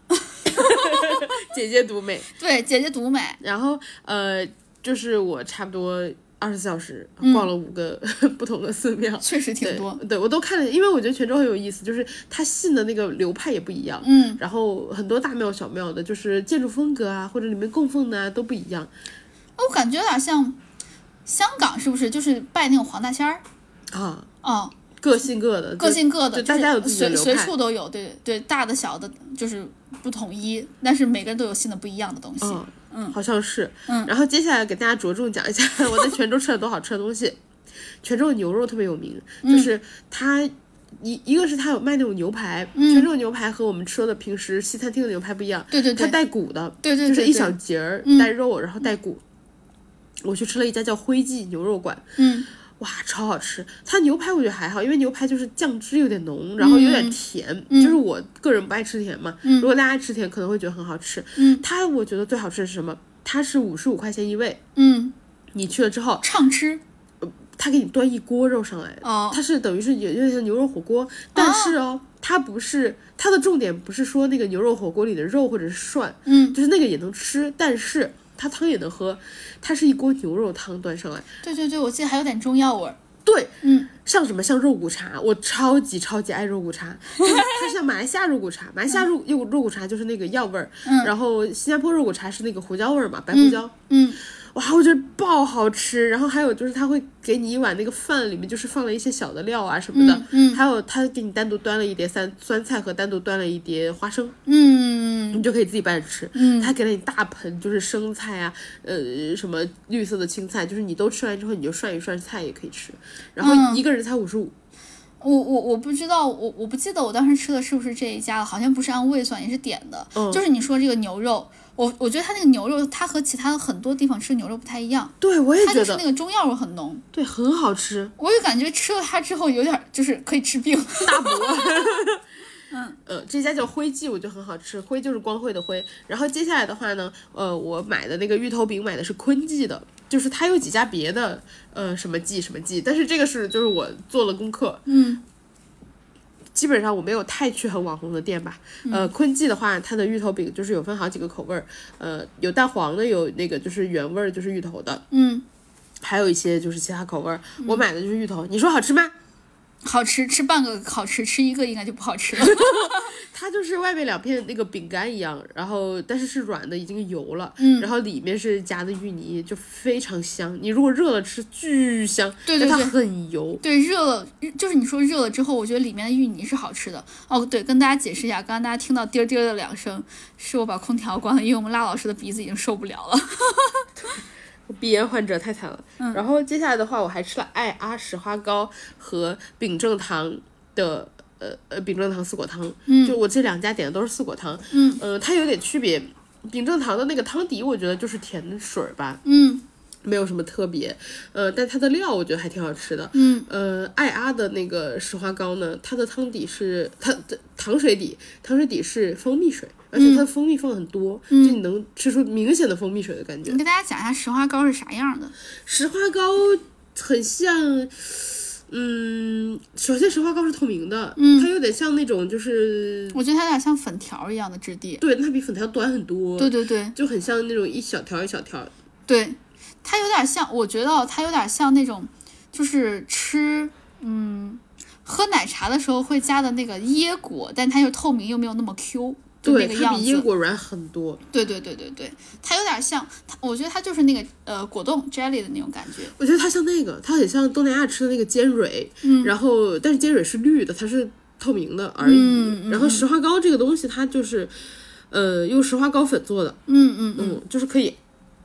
姐姐独美，
对，姐姐独美，
然后呃，就是我差不多二十四小时逛了五个、 不同的寺庙，
确实嗯挺
对
多。
对我都看了，因为我觉得泉州很有意思，就是他信的那个流派也不一样。
嗯，
然后很多大庙小庙的，就是建筑风格啊，或者里面供奉的啊都不一样
我感觉有点像香港，是不是？就是拜那种黄大仙儿。
啊，
哦，
各信各的，
各
就
信各的，
就
就
大
是
家有自己的
随
流
随
派
处都有，对对，大的小的，就是不统一，但是每个人都有信的不一样的东西。
嗯
嗯
好像是。
嗯
然后接下来给大家着重讲 一下我在泉州吃了多好吃的东西。泉州的牛肉特别有名，
嗯
就是它一一个是它有卖那种牛排，
嗯
泉州的牛排和我们吃的平时西餐厅的牛排不一样，
对对
它
对，
带骨的，
对对对，
就是
对
一小节儿
嗯
带肉，然后带骨。我去吃了一家叫辉记牛肉馆，
嗯
哇，超好吃！它牛排我觉得还好，因为牛排就是酱汁有点浓，然后有
嗯
点甜，就是我个人不爱吃甜嘛。如果大家爱吃甜，可能会觉得很好吃。
嗯
它我觉得最好吃的是什么？它是五十五块钱一位，
嗯，
你去了之后，
畅吃
它给你端一锅肉上来，
哦，
它是等于是有有点像牛肉火锅，但是哦，它不是它的重点不是说那个牛肉火锅里的肉或者是涮，
嗯，
就是那个也能吃，但是它汤也能喝，它是一锅牛肉汤端上来，
对对对，我记得还有点中药味儿。
对，
嗯，
像什么像肉骨茶，我超级超级爱肉骨茶，就是 它像马来西亚肉骨茶，马来西亚肉肉肉骨茶就是那个药味儿，
嗯
然后新加坡肉骨茶是那个胡椒味儿嘛，白胡椒，
嗯
哇，我觉得爆好吃。然后还有就是他会给你一碗那个饭，里面就是放了一些小的料啊什么的，
嗯嗯
还有他给你单独端了一碟酸酸菜和单独端了一碟花生，
嗯
你就可以自己拌着吃。
嗯
他给了你大盆就是生菜啊，呃，什么绿色的青菜，就是你都吃完之后你就涮一涮菜也可以吃。然
嗯
后一个人才五十五，
我我我不知道，我我不记得我当时吃的是不是这一家了，好像不是按位算，也是点的。
嗯
就是你说这个牛肉，我我觉得它那个牛肉，它和其他的很多地方吃的牛肉不太一样，
对我也
它
觉
就是
得
那个中药味很浓。
对，很好吃。
我就感觉吃了它之后有点儿就是可以治病。
大 补。嗯，呃，这家叫辉记，我觉得很好吃。辉就是光辉的辉。然后接下来的话呢，呃，我买的那个芋头饼买的是坤记的，就是它有几家别的，呃，什么记什么记，但是这个是就是我做了功课，
嗯
基本上我没有太去很网红的店吧。
嗯
呃，坤记的话，它的芋头饼就是有分好几个口味儿，呃，有蛋黄的，有那个就是原味儿就是芋头的，
嗯，
还有一些就是其他口味儿。我买的就是芋头，你说好吃吗？
好吃，吃半个好吃，吃一个应该就不好 吃了。
它就是外面两片那个饼干一样，然后但是是软的，已经油了，
嗯
然后里面是夹的芋泥，就非常香。你如果热了吃，巨香，
对对
但
对
它很油。
对，热了，就是你说热了之后，我觉得里面的芋泥是好吃的。哦，对，跟大家解释一下，刚刚大家听到滴儿滴儿的两声，是我把空调关了，因为我们拉老师的鼻子已经受不了了。
鼻炎患者太惨了。
嗯
然后接下来的话，我还吃了爱阿石花糕和秉正堂的。呃呃，秉正堂四果汤，
嗯
就我这两家点的都是四果汤，
嗯，
呃，它有点区别。秉正堂的那个汤底，我觉得就是甜水儿吧，
嗯
没有什么特别，呃，但它的料我觉得还挺好吃的。
嗯，
呃，爱阿的那个石花糕呢，它的汤底是它的糖水底，糖水底是蜂蜜水，而且它的蜂蜜放很多，
嗯
就你能吃出明显的蜂蜜水的感觉。
你给大家讲一下石花糕是啥样的。
石花糕很像，嗯，首先，实话告诉透明的，
嗯
它有点像那种就是，
我觉得它有点像粉条一样的质地。
对，它比粉条短很多，
对对对
就很像那种一小条一小条。
对，它有点像，我觉得它有点像那种，就是吃，嗯，喝奶茶的时候会加的那个椰果，但它又透明又没有那么 Q，就那
对，
个
它
样
比椰
子。
果软很多。
对对对对对，它有点像它，我觉得它就是那个呃果冻 jelly 的那种感觉。
我觉得它像那个，它很像东南亚吃的那个尖蕊，嗯，然后但是尖蕊是绿的，它是透明的而已。
嗯嗯
然后石化膏这个东西，它就是，呃，用石化膏粉做的，
嗯嗯嗯，
嗯，就是可以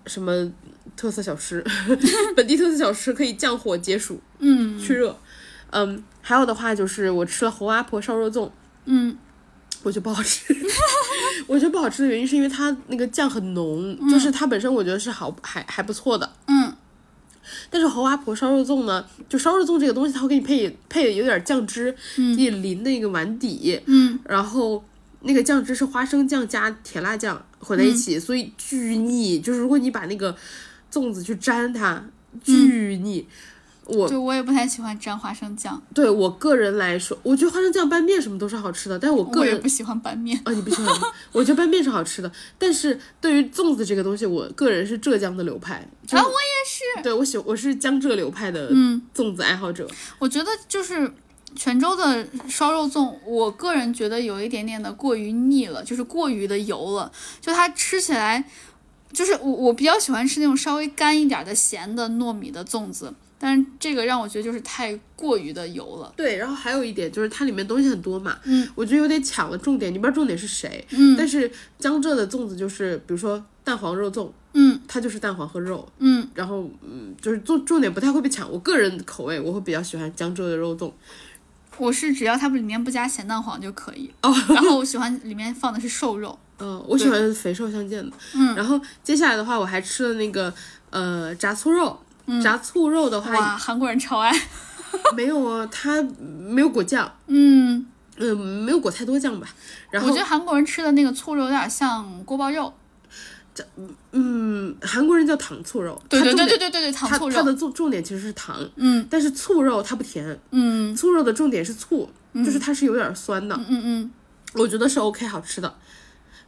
什么特色小吃， 本地特色小吃可以降火解暑，
嗯，
去热。嗯，还有的话就是我吃了侯阿婆烧肉粽，
嗯，
我觉得不好吃。 我觉得不好吃的原因是因为它那个酱很浓，就是它本身我觉得是好还还不错的，
嗯，
但是侯阿婆烧肉粽呢，就烧肉粽这个东西，它会给你配配有点酱汁，给你淋那个碗底，
嗯，
然后那个酱汁是花生酱加甜辣酱混在一起，
嗯
所以巨腻。就是如果你把那个粽子去沾它，
嗯
巨腻。我
就我也不太喜欢沾花生酱，
对我个人来说，我觉得花生酱拌面什么都是好吃的，但是我个
我也
人
不喜欢拌面。
啊、你不喜 欢？我觉得拌面是好吃的，但是对于粽子这个东西，我个人是浙江的流派。就
啊，我也是，
对我喜我是江浙流派的
嗯
粽子爱好者。
我觉得就是。泉州的烧肉粽，我个人觉得有一点点的过于腻了，就是过于的油了，就它吃起来，就是我我比较喜欢吃那种稍微干一点的咸的糯米的粽子，但是这个让我觉得就是太过于的油了。
对，然后还有一点就是它里面东西很多嘛，
嗯，
我觉得有点抢了重点，你不知道重点是谁，
嗯
但是江浙的粽子就是，比如说蛋黄肉粽，
嗯
它就是蛋黄和肉，
嗯，
然后嗯，就是重重点不太会被抢。我个人口味，我会比较喜欢江浙的肉粽。
我是只要它不里面不加咸蛋黄就可以。然后我喜欢里面放的是瘦 肉。
嗯、我喜欢肥瘦相间的。嗯，然后接下来的话，我还吃了那个呃炸醋肉，炸醋肉的
嗯
话
哇，韩国人超爱。
没有啊，它没有果酱，
嗯，
嗯，没有果菜多酱吧。然后
我觉得韩国人吃的那个醋肉有点像锅包肉。
嗯，韩国人叫糖醋肉，
对
它
对
重
对
点
对对对对，糖
它
醋
它
肉。
的重重点其实是糖，
嗯
但是醋肉它不甜，
嗯
醋肉的重点是醋，就是它是有点酸的，
嗯嗯嗯，
我觉得是 OK 好吃的。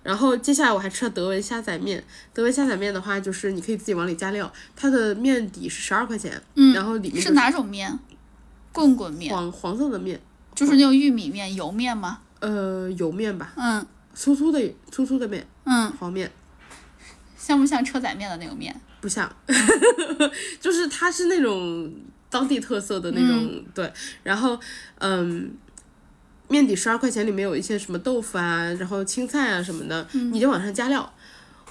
然后接下来我还吃了德文虾仔面，德文虾仔面的话就是你可以自己往里加料，它的面底是十二块钱，
嗯
然后里面
是
就
哪种面？棍棍面，
黄黄色的面，
就是那种玉米面、油面吗？
呃，油面吧，
嗯
粗粗的粗粗的面，
嗯，
黄面
像不像车仔面的那种面？
不像， 就是它是那种当地特色的那种、对，然后嗯，面底十二块钱里面有一些什么豆腐啊，然后青菜啊什么的，
嗯
你就往上加料。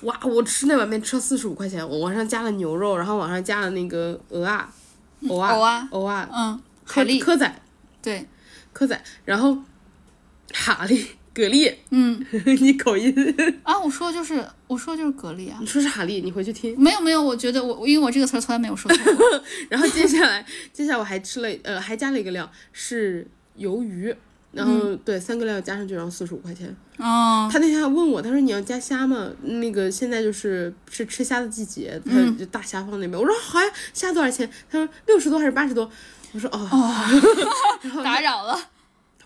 哇，我吃那碗面吃了四十五块钱，我往上加了牛肉，然后往上加了那个鹅啊，鹅啊，
藕啊
鹅啊，
嗯，
科
海蛎。
蚵仔，
对，
蚵仔，然后蛤蜊、蛤蜊，
嗯
你口音，
啊，我说的就是我说的就是蛤蜊啊。
你说是蛤蜊，你回去听。
没有没有，我觉得我我因为我这个词儿从来没有说错过。
然后接下来，接下来我还吃了，呃，还加了一个料是鱿鱼，然后、对三个料加上去，然后四十五块钱。
哦，
他那天还问我，他说你要加虾吗？那个现在就是是吃虾的季节，他就大虾放那边。我说好呀，虾多少钱？他说六十多还是八十多？我说哦，
打扰了。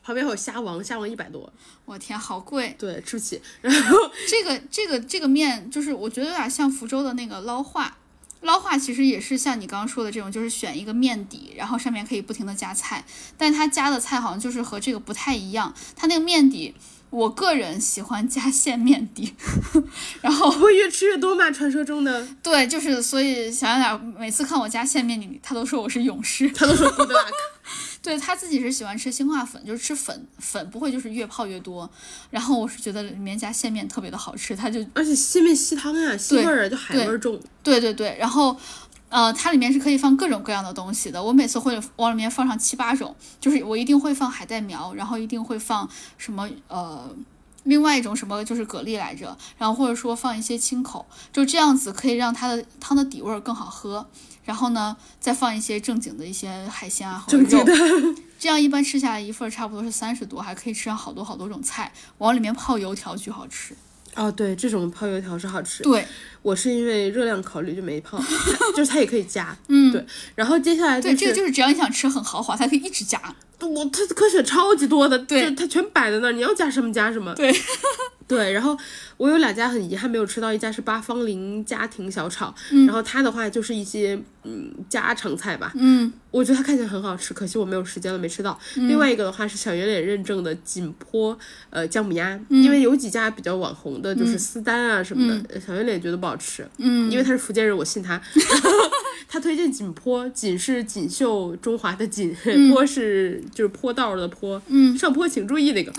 旁边还有虾王，虾王一百多，
我天，好贵！
对，吃不起。
这个这个这个面，就是我觉得有点像福州的那个捞化。捞化其实也是像你刚刚说的这种，就是选一个面底，然后上面可以不停的加菜，但它加的菜好像就是和这个不太一样。它那个面底，我个人喜欢加线面底， 然后
不会越吃越多吗？传说中的，
对，就是所以想想，每次看我加线面底，他都说我是勇士。
他都说 good luck。
对他自己是喜欢吃兴化粉，就是吃粉粉不会就是越泡越多，然后我是觉得里面加线面特别的好吃，他就
而且蟹面吸汤啊，吸味儿啊，就海味儿重。
对对对，然后。呃，它里面是可以放各种各样的东西的。我每次会往里面放上七八种，就是我一定会放海带苗，然后一定会放什么呃，另外一种什么就是蛤蜊来着，然后或者说放一些青口，就这样子可以让它的汤的底味儿更好喝。然后呢，再放一些正经的一些海鲜啊和
正经
肉
的，
这样一般吃下来一份儿差不多是三十多，还可以吃上好多好多种菜，往里面泡油条巨好吃。
哦，对，这种泡油条是好吃。
对，
我是因为热量考虑就 没泡，它就是它也可以加。嗯，对。然后接下来就
对，这
是
个就是只要你想吃很豪华，它可以一直加。
我它可选超级多的，
对
就它全摆在那儿，你要加什么加什么。
对
对，然后我有两家很遗憾没有吃到，一家是八方林家庭小炒，然后它的话就是一些嗯家常菜吧，
嗯，
我觉得它看起来很好吃，可惜我没有时间了没吃到。另外一个的话是小圆脸认证的锦坡呃姜母鸭，
嗯
因为有几家比较网红的，就是私丹啊什么的，呃小圆脸觉得不好吃，嗯，因为他是福建人，我信他。他推荐锦坡，锦是锦绣中华的 锦，坡是就是坡道儿的坡，嗯，上坡请注意那个。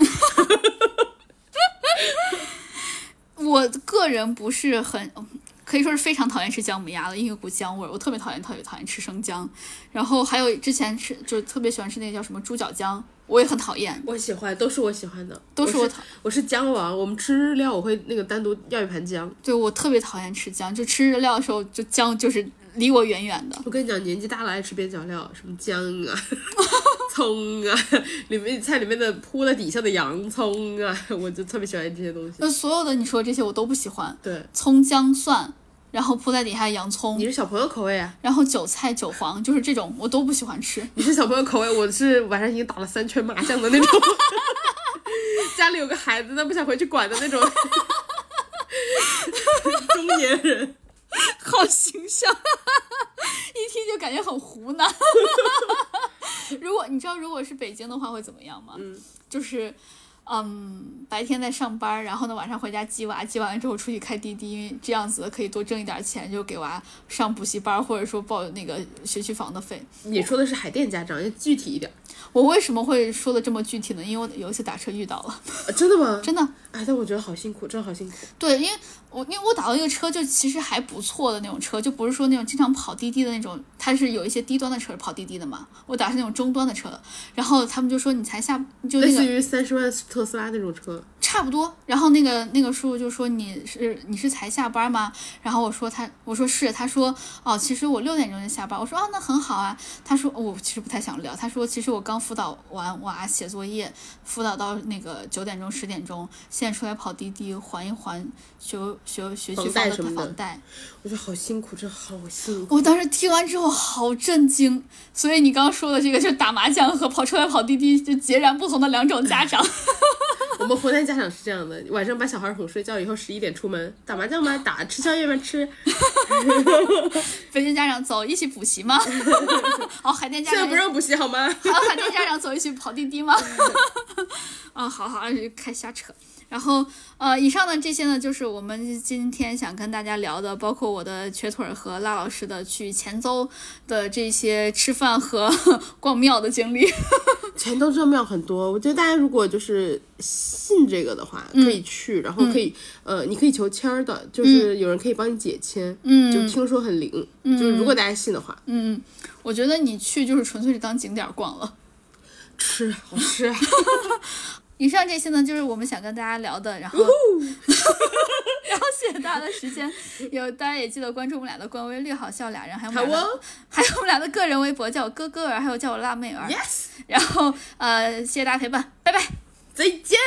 我个人不是很，嗯可以说是非常讨厌吃姜母鸭了，因为有股姜味儿，我特别讨厌，特别讨厌吃生姜。然后还有之前吃，就特别喜欢吃那个叫什么猪脚姜，我也很讨厌，
我喜欢，都是我喜欢的，
都是
是
我讨，
我是姜王，我们吃日料我会那个单独要一盘姜。
对我特别讨厌吃姜，就吃日料的时候，就姜就是离我远远的。
我跟你讲，年纪大了爱吃边角料，什么姜啊、 葱啊， 里面菜里面的铺了底下的洋葱啊， 我就特别喜欢这些东西。
就所有的你说这些我都不喜欢，
对，
葱姜蒜，然后铺在底下洋葱
你，是小朋友口味啊，
然后韭菜韭黄，就是这种我都不喜欢吃。
你是小朋友口味，我是晚上已经打了三圈麻将的那种，家里有个孩子，但不想回去管的那种中年人。
好形象，一听就感觉很湖南。如果你知道，如果是北京的话会怎么样吗？
嗯，
就是，嗯，白天在上班，然后呢晚上回家鸡娃，鸡完了之后出去开滴滴，因为这样子可以多挣一点钱，就给娃上补习班，或者说报那个学区房的费。
你说的是海淀家长，要具体一点。
我为什么会说的这么具体呢？因为我有一次打车遇到了，
啊真的吗？
真的，
哎，但我觉得好辛苦，真的好辛苦。
对，因为我因为我打到一个车，就其实还不错的那种车，就不是说那种经常跑滴滴的那种，它是有一些低端的车是跑滴滴的嘛。我打的是那种中端的车，然后他们就说你才下就
类
那
似
个
于三十万特斯拉那种车，
差不多，然后那个那个叔叔就说你是你是才下班吗？然后我说他我说是，他说哦其实我六点钟就下班，我说啊那很好啊，他说、哦我其实不太想聊，他说其实我刚辅导完娃写作业，辅导到那个九点钟十点钟，现在出来跑滴滴还一还学学学区
房
房
贷
的
什么的
房贷。
我觉得好辛苦，真的好 辛苦。
我当时听完之后好震惊，所以你刚刚说的这个就打麻将和跑出来跑滴滴就截然不同的两种家长。
我们湖南家长是这样的，晚上把小孩哄睡觉以后，十一点出门打麻将吗？打，吃宵夜吗？吃。
北京家长走一起补习 吗？哦，海淀家
现在
长
不让补习好吗？
啊，海淀家长走一起跑滴滴吗？ 啊，好好，开瞎扯。然后，呃，以上呢这些呢，就是我们今天想跟大家聊的，包括我的瘸腿儿和拉老师的去前邹的这些吃饭和 逛庙的经历。
钱都正庙很多，我觉得大家如果就是信这个的话，可以去，然后可以、呃，你可以求签儿的，就是有人可以帮你解签，嗯，就听说很灵，就是如果大家信的话，
我觉得你去就是纯粹是当景点儿逛了。
吃好吃。啊
以上这些呢，就是我们想跟大家聊的，然 后，然后谢谢大家的时间，有大家也记得关注我们俩的官微“略好笑俩人”，还有我们
好
俩的
哦
还有我们俩的个人微博，叫我哥哥儿，还有叫我辣妹儿。
，yes，
然后呃，谢谢大家陪伴，拜拜。
再见。